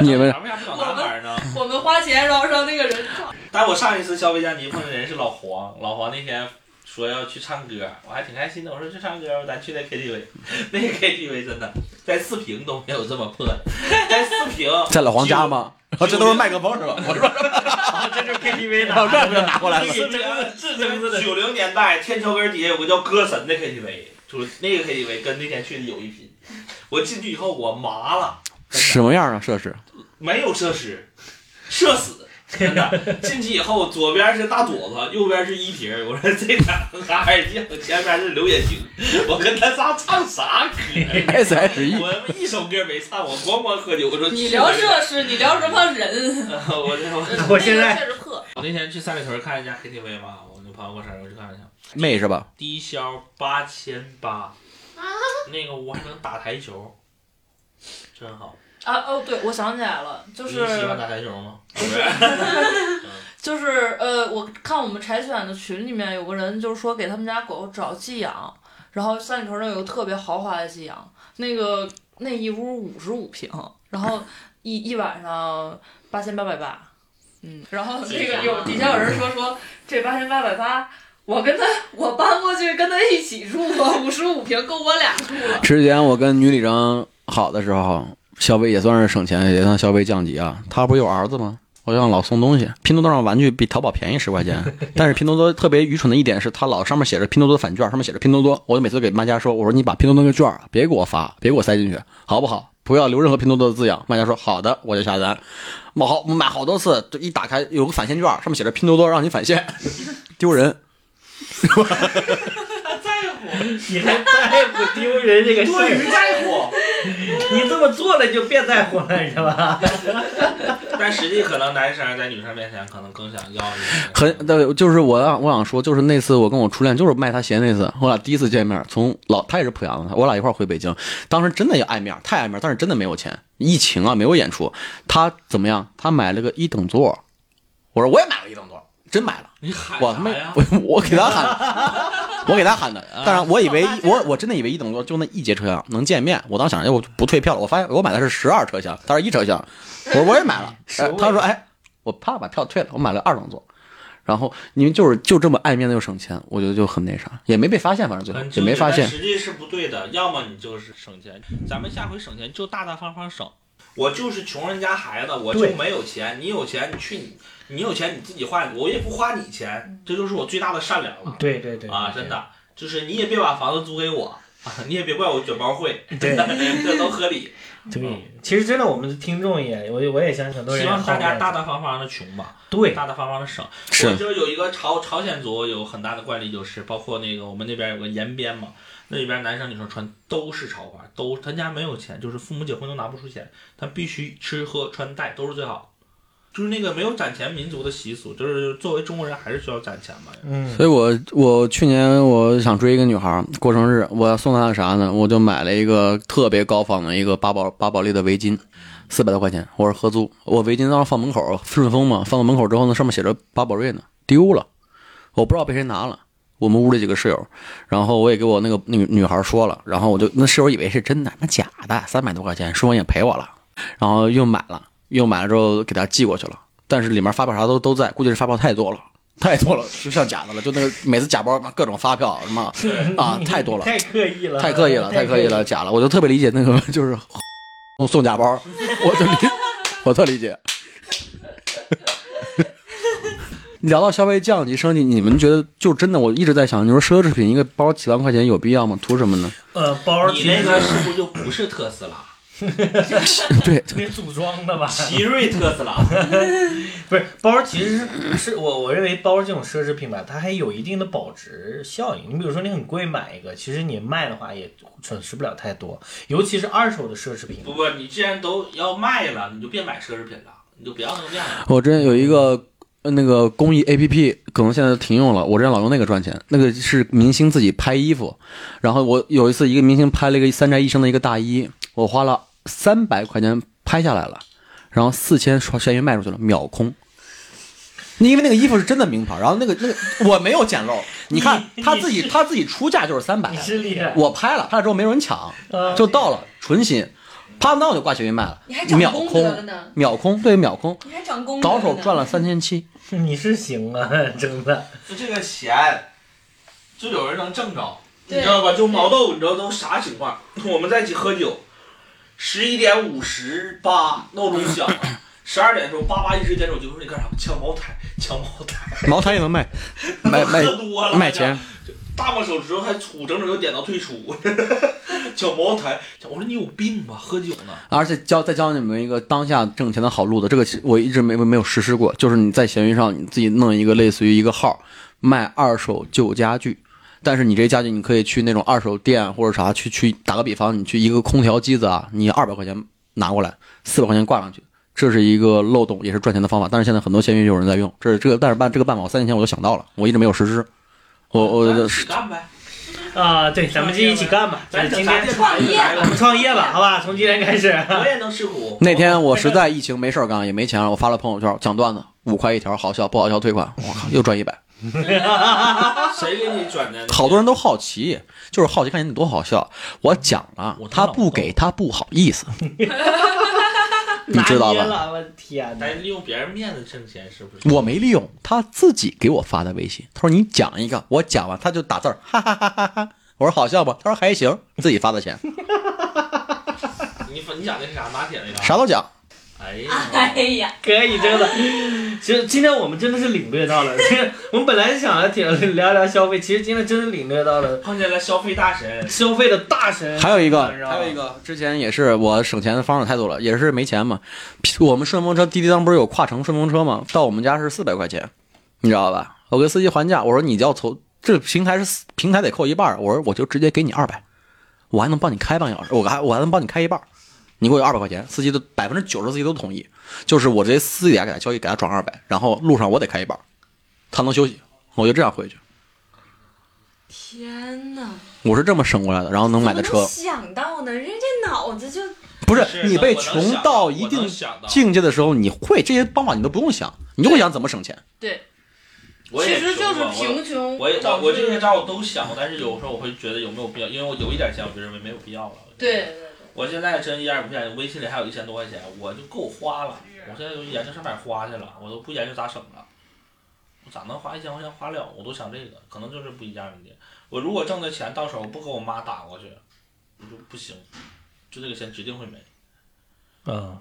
C: 你们
E: 为啥不找男孩呢？
F: 我们花钱，然后让那个人唱。
E: 但我上一次消费降级碰见人是老黄，老黄那天说要去唱歌，我还挺开心的。我说去唱歌吧，咱去那 KTV，那 个 KTV 真的在四平都没有这么破，在四 平
C: 在老黄家吗？啊，这都是麦克风是吧？我说
B: 啊，这就是 KTV
C: 到这
B: 的。
C: 儿就拿过来了。
B: 这个这这这
E: 九零年代天桥根底下有个叫歌神的 KTV，就是那个 KTV 跟那天去的有一拼。我进去以后我麻了。
C: 什么样啊设施？
E: 没有设施，社死。真 的，进去以后，左边是大朵子，右边是依萍。我说这俩哈二将，前面是刘也行。我跟他仨唱啥歌 呀？
C: S H E，
E: 我他妈一首歌没唱，我咣咣喝酒。我说
F: 你聊设施，你聊什么人？
E: 我我
B: 我现在
F: 那个确实破。
E: 我那天去三里屯看一家 KTV 嘛，我那朋友过生日，我哎去看了一下，
C: 妹是吧？
E: 低消八千
F: 啊
E: 八，那个我还能打台球，真好。
F: 啊哦，对，我想起来了，就
E: 你
F: 是
E: 喜欢打台球吗？不是，
F: 就是呃，我看我们柴犬的群里面有个人就是说给他们家狗找寄养，然后三里屯那有个特别豪华的寄养，那个那一屋五十五平，然后一一晚上八千八百八，嗯，然后那个有底
E: 啊
F: 下有人说说这八千八百八。我跟他，我搬过去跟他一起住啊，五十五平够我俩住了。
C: 之前我跟女里长好的时候，消费也算是省钱，也算消费降级啊。她不是有儿子吗？我让老送东西，拼多多上玩具比淘宝便宜十块钱，但是拼多多特别愚蠢的一点是，它老上面写着拼多多返券，上面写着拼多多，我就每次给卖家说，我说你把拼多多那个券儿别给我发，别给我塞进去，好不好？不要留任何拼多多的字样。卖家说好的，我就下单。买好买好多次，就一打开有个返现券，上面写着拼多多让你返现， 丢人。
B: 你还在乎丢人这个事
H: 多余
B: 儿？
H: 在乎。
B: 你这么做了，你就别在乎了，你知道吧？
E: 但实际可能男生在女生面前可能更想要一些
C: 很，对，就是我我想说，就是那次我跟我初恋，就是卖他鞋那次，我俩第一次见面，从老他也是濮阳的，我俩一块儿回北京，当时真的也爱面，太爱面，但是真的没有钱，疫情啊没有演出，他怎么样？他买了个一等座，我说我也买了一等座，真买了，
E: 你喊
C: 我他妈
E: 啥呀？啊
C: 我我给他喊， 我给他喊的，但是我以为我我真的以为一等座就那一节车厢能见面，我当时想要不不退票了，我发现我买的是十二车厢，他是一车厢，我说我也买 了，哎他说哎，我怕把票退了，我买了二等座。然后你们就是就这么爱面子又省钱，我觉得就很那啥，也没被发现，反正最后
E: 很纠
C: 也没
E: 结
C: 发
E: 但
C: 现。
E: 实际嗯是不对的。要么你就是省钱，咱们下回省钱就大大方方省。我就是穷人家孩子，我
B: 对
E: 就没有钱。你有钱，你去你，你有钱你自己花，我也不花你钱，这就是我最大的善良了
B: 对对对
E: 啊！真，的，就是你也别把房子租给我。 啊你也别怪我卷包会，
B: 对
E: 这都合理。
B: 对。其实真的，我们的听众也，我我也相信很多人
E: 嗯希望大
B: 好
E: 家大
B: 面子
E: 大方方的穷吧，
B: 对
E: 大大方方的省。
C: 是
E: 我就是有一个朝朝鲜族有很大的惯例，就是包括那个我们那边有个延边嘛，那里边男生女生穿都是潮牌，都他家没有钱，就是父母结婚都拿不出钱，他必须吃喝穿戴都是最好的，就是那个没有攒钱民族的习俗，就是作为中国人还是需要攒钱嘛。
B: 嗯，
C: 所以我我去年我想追一个女孩儿过生日，我要送她啥呢？我就买了一个特别高仿的一个巴宝巴宝莉的围巾，四百多块钱，我是合租。我围巾当时放门口，顺丰嘛，放到门口之后呢，上面写着巴宝瑞呢，丢了，我不知道被谁拿了。我们屋里几个室友，然后我也给我那个那个女孩儿说了，然后我就那室友以为是真的，那假的，三百多块钱，顺丰也赔我了，然后又买了，又买了之后给她寄过去了，但是里面发票啥都都在，估计是发票太多了。太多了，就像假的了，就那个每次假包各种发票什么啊，太多了，
B: 太刻意了，
C: 太刻意了，太刻意了，。假了，我就特别理解那个 就是送假包，我就理， 我特理解。 聊到消费降级升级，你们觉得就真的，我一直在想，你说奢侈品一个包几万块钱有必要吗？图什么呢？
B: 呃，包
E: 你
B: 其
E: 那
B: 实
E: 个是不是就不是特斯拉，
C: 对，
B: 那组装的吧？
E: 奇瑞特斯拉？
B: 不是包儿，其实是是我我认为包儿这种奢侈品吧，它还有一定的保值效应。你比如说，你很贵买一个，其实你卖的话也损失不了太多，尤其是二手的奢侈品。
E: 不不，你既然都要卖了，你就别买奢侈品了，你就不要那个面了。
C: 我之前有一个呃那个公益 A P P，可能现在停用了。我之前老用那个赚钱，那个是明星自己拍衣服。然后我有一次，一个明星拍了一个三宅一生的一个大衣，我花了三百块钱拍下来了，然后四千刷闲鱼卖出去了，秒空。因为那个衣服是真的名牌，然后那个那个我没有捡 漏，你看他自己他自己出价就是三百
B: 你，是厉害，
C: 我拍了，拍了之后没有人抢，
B: 啊
C: 就到了纯新，啪，那我就挂闲鱼卖了
D: 你还，涨
C: 秒
D: 功德了
C: 空，
D: 呢，
C: 秒空，对，秒空。
D: 你还涨功德
C: 倒手赚
D: 了
C: 了三千七，
B: 你是行啊，真的。
E: 就这个钱，就有人能挣着，你
D: 对
E: 知道吧？就毛豆，你知道都啥情况？我们在一起喝酒，十一点五十八闹钟响了，十二点的时候叭叭一直点手机，我说你干啥？抢茅台，抢茅台，
C: 茅台也能卖，卖卖
E: 喝多了，
C: 卖钱。
E: 大拇手指头还粗，整整就点到退出，抢茅台。我说你有病吧，喝酒呢？
C: 而且教再教你们一个当下挣钱的好路子，这个我一直没没有实施过，就是你在闲鱼上你自己弄一个类似于一个号，卖二手旧家具。但是你这家具，你可以去那种二手店或者啥去去，打个比方，你去一个空调机子啊，你二百块钱拿过来，四百块钱挂上去，这是一个漏洞，也是赚钱的方法。但是现在很多闲鱼有人在用，这是这个，但是办这个办法我三年前我就想到了，我一直没有实施。我
E: 咱
C: 我
E: 一起干呗，
B: 啊，对，咱们就一起干吧。
E: 咱
B: 今
E: 整
B: 天
E: 啥电台
D: 业
E: 来
B: 我们
E: 了？
B: 创业吧，好吧？从今天开始。
E: 我也能吃苦。
C: 那天我 实在疫情没事儿干，也没钱了，我发了朋友圈讲段子，五块一条，好笑不好笑退款，我靠，又赚一百。
E: 谁给你转的？
C: 好多人都好奇，就是好奇看你得多好笑。我讲了
E: 我，知道
C: 他不给他不好 意思，你知道
B: 拿捏
C: 吧？
B: 了，我天哪！
E: 咱利用别人面子挣钱是不是？
C: 我没利用，他自己给我发的微信，他说你讲一个，我讲完他就打字儿，哈哈哈哈哈。我说好笑不？他说还行，自己发的钱，
E: 你你讲的是啥？拿铁那个？
C: 啥都讲。
E: 哎哎呀，
F: 啊
D: 哎呀，
B: 可以，真的。其实今天我们真的是领略到了， 其实我们本来想要挺聊聊消费，其实今天真的领略到了
E: 碰见了消费大神，
B: 消费的大神。
C: 还有一个
B: 你知道吗
C: 还有一个，之前也是我省钱的方式太多了，也是没钱嘛。我们顺风车滴滴当不是有跨城顺风车吗？到我们家是四百块钱，你知道吧？我跟司机还价，我说你要从这平台是四平台得扣一半儿，我说我就直接给你二百，我还能帮你开半小时，我还我还能帮你开一半儿，你给我二百块钱，司机都百分之九十司机都同意，就是我直接私底下给他交易，给他转二百，然后路上我得开一半儿，他能休息，我就这样回去，
D: 天哪！
C: 我是这么省过来的，然后能买的
D: 怎么能。
C: 车
D: 想到呢，人家这脑子就
C: 不是
E: 是
C: 你
E: 能
C: 被
E: 我能
C: 穷
E: 想
C: 到
E: 我
C: 一
E: 能
C: 定
E: 想到
C: 境界的时候，你会这些方法，你都不用想，你就会想怎么省钱。
E: 我
F: 其
E: 也
F: 实就
E: 穷
F: 是
E: 过我
F: 贫穷
E: 我也
F: 导
E: 我
F: 致
E: 我这些招我都想过，但是有时候我会觉得有没有必要，因为我有一点钱，我就认为没有必要了。
F: 对对，对
E: 我现在真一点也不想，微信里还有一千多块钱，我就够花了。我现在都研究上哪儿花去了，我都不研究咋省了。我咋能花一千块钱花了？我都想这个，可能就是不一样的。我如果挣的钱到手不给我妈打过去，我就不行，就这个钱指定会没。
B: 嗯，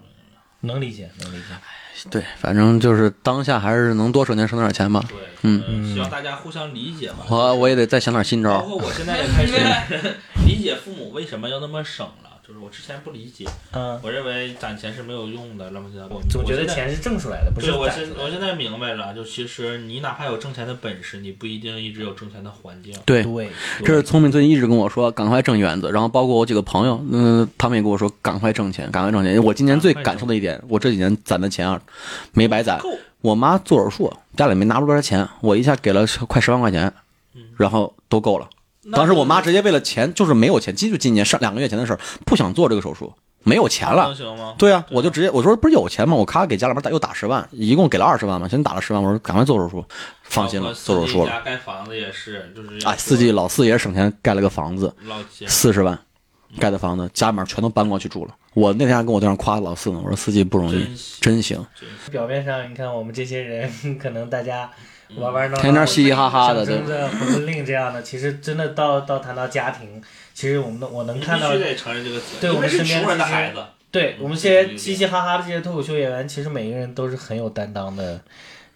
B: 能理解，能理解。
C: 对，反正就是当下还是能多省钱省点钱吧。
E: 对，
C: 嗯
E: 嗯，希望大家互相理解吧。
C: 我我也得再想点新
E: 包
C: 招。
E: 括我现在也开始理解父母为什么要那么省了，就是我之前不理解，
B: 嗯，
E: 我认为攒钱是没有用的，乱七八糟。我
B: 总觉得
E: 我现在
B: 钱是挣出来的，不是
E: 对，我
B: 攒
E: 现
B: 出来的
E: 我现在明白了，就其实你哪怕有挣钱的本事，你不一定一直有挣钱的环境。
C: 对，
B: 对，
C: 这是聪明最近一直跟我说，赶快挣园子。然后包括我几个朋友，嗯、他们也跟我说，赶快挣钱，赶快挣钱。我今年最感受的一点，我这几年攒的钱啊，没白攒。
E: 够，
C: 我妈做手术，家里没拿出多少钱，我一下给了快十万块钱，然后都够了。当时我妈直接为了钱，就是没有钱，今就今年上两个月前的事儿，不想做这个手术，没有钱了
E: 能。行吗？
C: 对啊，我就直接我说不是有钱吗？我咔给家里面打又打十万，一共给了二十万嘛，先打了十万，我说赶快做手术，放心了，
E: 包括
C: 做手术
E: 司机
C: 了。
E: 家盖房子也是，就是
C: 哎，司机老四爷省钱盖了个房子，
E: 老钱，
C: 四十万盖的房子，家里面全都搬过去住了。我那天还跟我对象夸老四呢，我说司机不容易
E: 真，行
C: 真行，
E: 真是
B: 表面上你看我们这些人，可能大家玩玩闹闹，
C: 天天嘻嘻哈哈的，
B: 象
C: 对
B: 征。着混混令这样的，其实真的到到谈到家庭，其实我们的我能
E: 你
B: 看到
E: 必须，得承认这个词，
B: 对
E: 因
B: 我
E: 为
B: 们
E: 是
B: 身边
E: 穷人的
B: 这些
E: 孩子，
B: 对
E: 嗯
B: 我们这些嘻嘻哈哈的这些脱口秀演员，其实每个人都是很有担当的，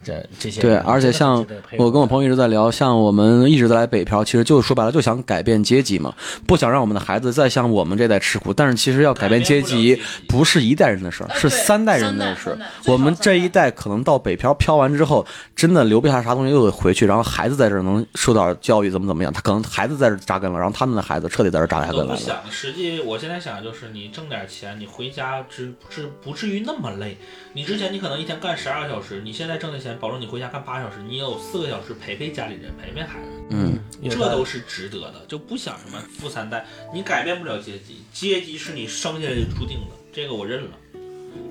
B: 这这些人
C: 对而且像
B: 真的很值得佩服
C: 我跟我朋友一直在聊，像我们一直在来北漂，其实就说白了就想改变阶级嘛，不想让我们的孩子再像我们这代吃苦。但是其实要改变阶级
E: 改变不了阶级，
C: 不是一代人的事儿，
F: 哎
C: 是
F: 对
C: 三代人的
F: 三代
C: 事儿
F: 三代。最少
C: 我们这一
F: 三
C: 代可能到北漂漂完之后，真的留不下啥东西，又得回去，然后孩子在这儿能受到教育，怎么怎么样，他可能孩子在这儿扎根了，然后他们的孩子彻底在这儿扎下
E: 都
C: 根
E: 不
C: 来了。
E: 想。实际我现在想就是，你挣点钱，你回家至不至不至于那么累。你之前你可能一天干十二个小时，你现在挣的钱，保证你回家干八小时，你也有四个小时陪陪家里人，陪陪孩子。
C: 嗯，
B: 有
E: 这
B: 道理
E: 都是值得的，就不想什么富三代，你改变不了阶级，阶级是你生下来就注定的，这个我认了。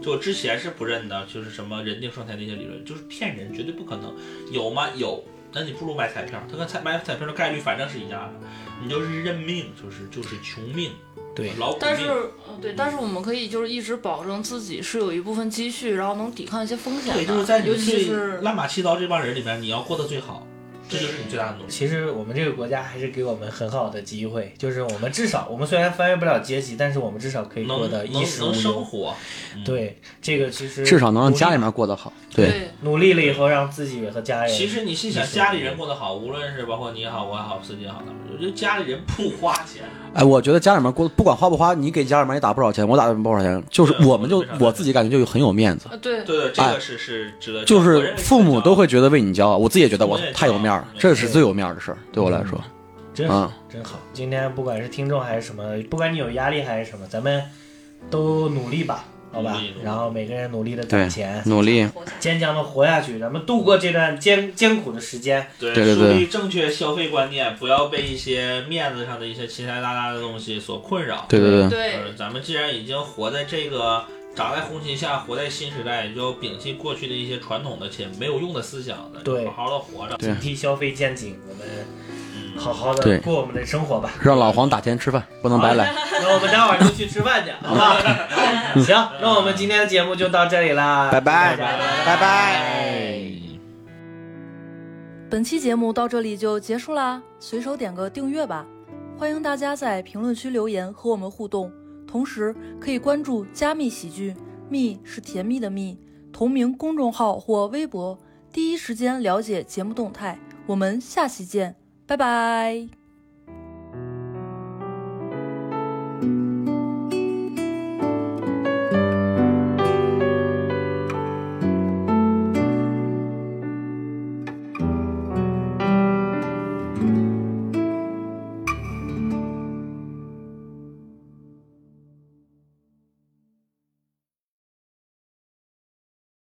E: 就我之前是不认的，就是什么人定胜天那些理论，就是骗人，绝对不可能。有吗？有，那你不如买彩票，它跟彩买彩票的概率反正是一样的，你就是认命，就是就是穷命，
B: 对
E: 老苦
F: 但是，
E: 命。
F: 呃对，但是我们可以就是一直保证自己是有一部分积蓄，然后能抵抗一些风险的。
E: 对，就是在你
F: 尤其
E: 最
F: 是
E: 乱码七糟这帮人里面，你要过得最好，这就是你最大的努力。
B: 其实我们这个国家还是给我们很好的机会，就是我们至少我们虽然翻越不了阶级，但是我们至少可以
E: 能
B: 过得
E: 能
B: 衣食无
E: 能生
B: 忧。
E: 活，嗯。
B: 对，这个其实
C: 至少能让家里
B: 努
C: 面过得好。对，
F: 对
B: 力努力了以后，让自己和
C: 哎
B: 家人
E: 其实你是想家里人过得好，无论是包括你也好，我也好，司机也好，他们我觉得家里人不花钱，
C: 哎，我觉得家里面过不管花不花，你给家里面也打不少钱，我打不少钱，就是
E: 对
C: 我们就
E: 我觉得没啥
C: 我自己感觉就很有面子。
F: 呃对，
E: 对，这个是是值得，
C: 哎就是父母都会觉得为你骄傲，我自己也觉得我
E: 我也
C: 太有面儿了，这是最有面儿的事儿，对我来说
B: 真好
C: 啊，
B: 真好。今天不管是听众还是什么，不管你有压力还是什么，咱们都努力吧，好吧
E: 努力努？力
B: 然后每个人努力的攒钱，
C: 嗯努力。
B: 坚强的活下去，咱们度过这段艰艰苦的时间。
E: 对
C: 对对
E: 树
C: 对
E: 立正确消费观念，不要被一些面子上的一些奇奇大大的东西所困扰。
C: 对对对，
F: 对
E: 呃，咱们既然已经活在这个长在红旗下，活在新时代，就要摒弃过去的一些传统的且没有用的思想，咱就
B: 对
E: 好好的活着。
C: 对
B: 警惕消费陷阱，我们
E: 嗯，
B: 好好的
C: 对
B: 过我们的生活吧。
C: 让老黄打钱吃饭，不能白来。
B: 那我们待会儿就去吃饭去，好 不好？行，那我们今天的节目就到这里啦，
I: 拜拜
B: 祝大家
I: 拜拜。
A: 本期节目到这里就结束啦，随手点个订阅吧。欢迎大家在评论区留言和我们互动，同时可以关注加密喜剧、蜜是甜蜜的蜜。同名公众号或微博，第一时间了解节目动态。我们下期见，拜拜。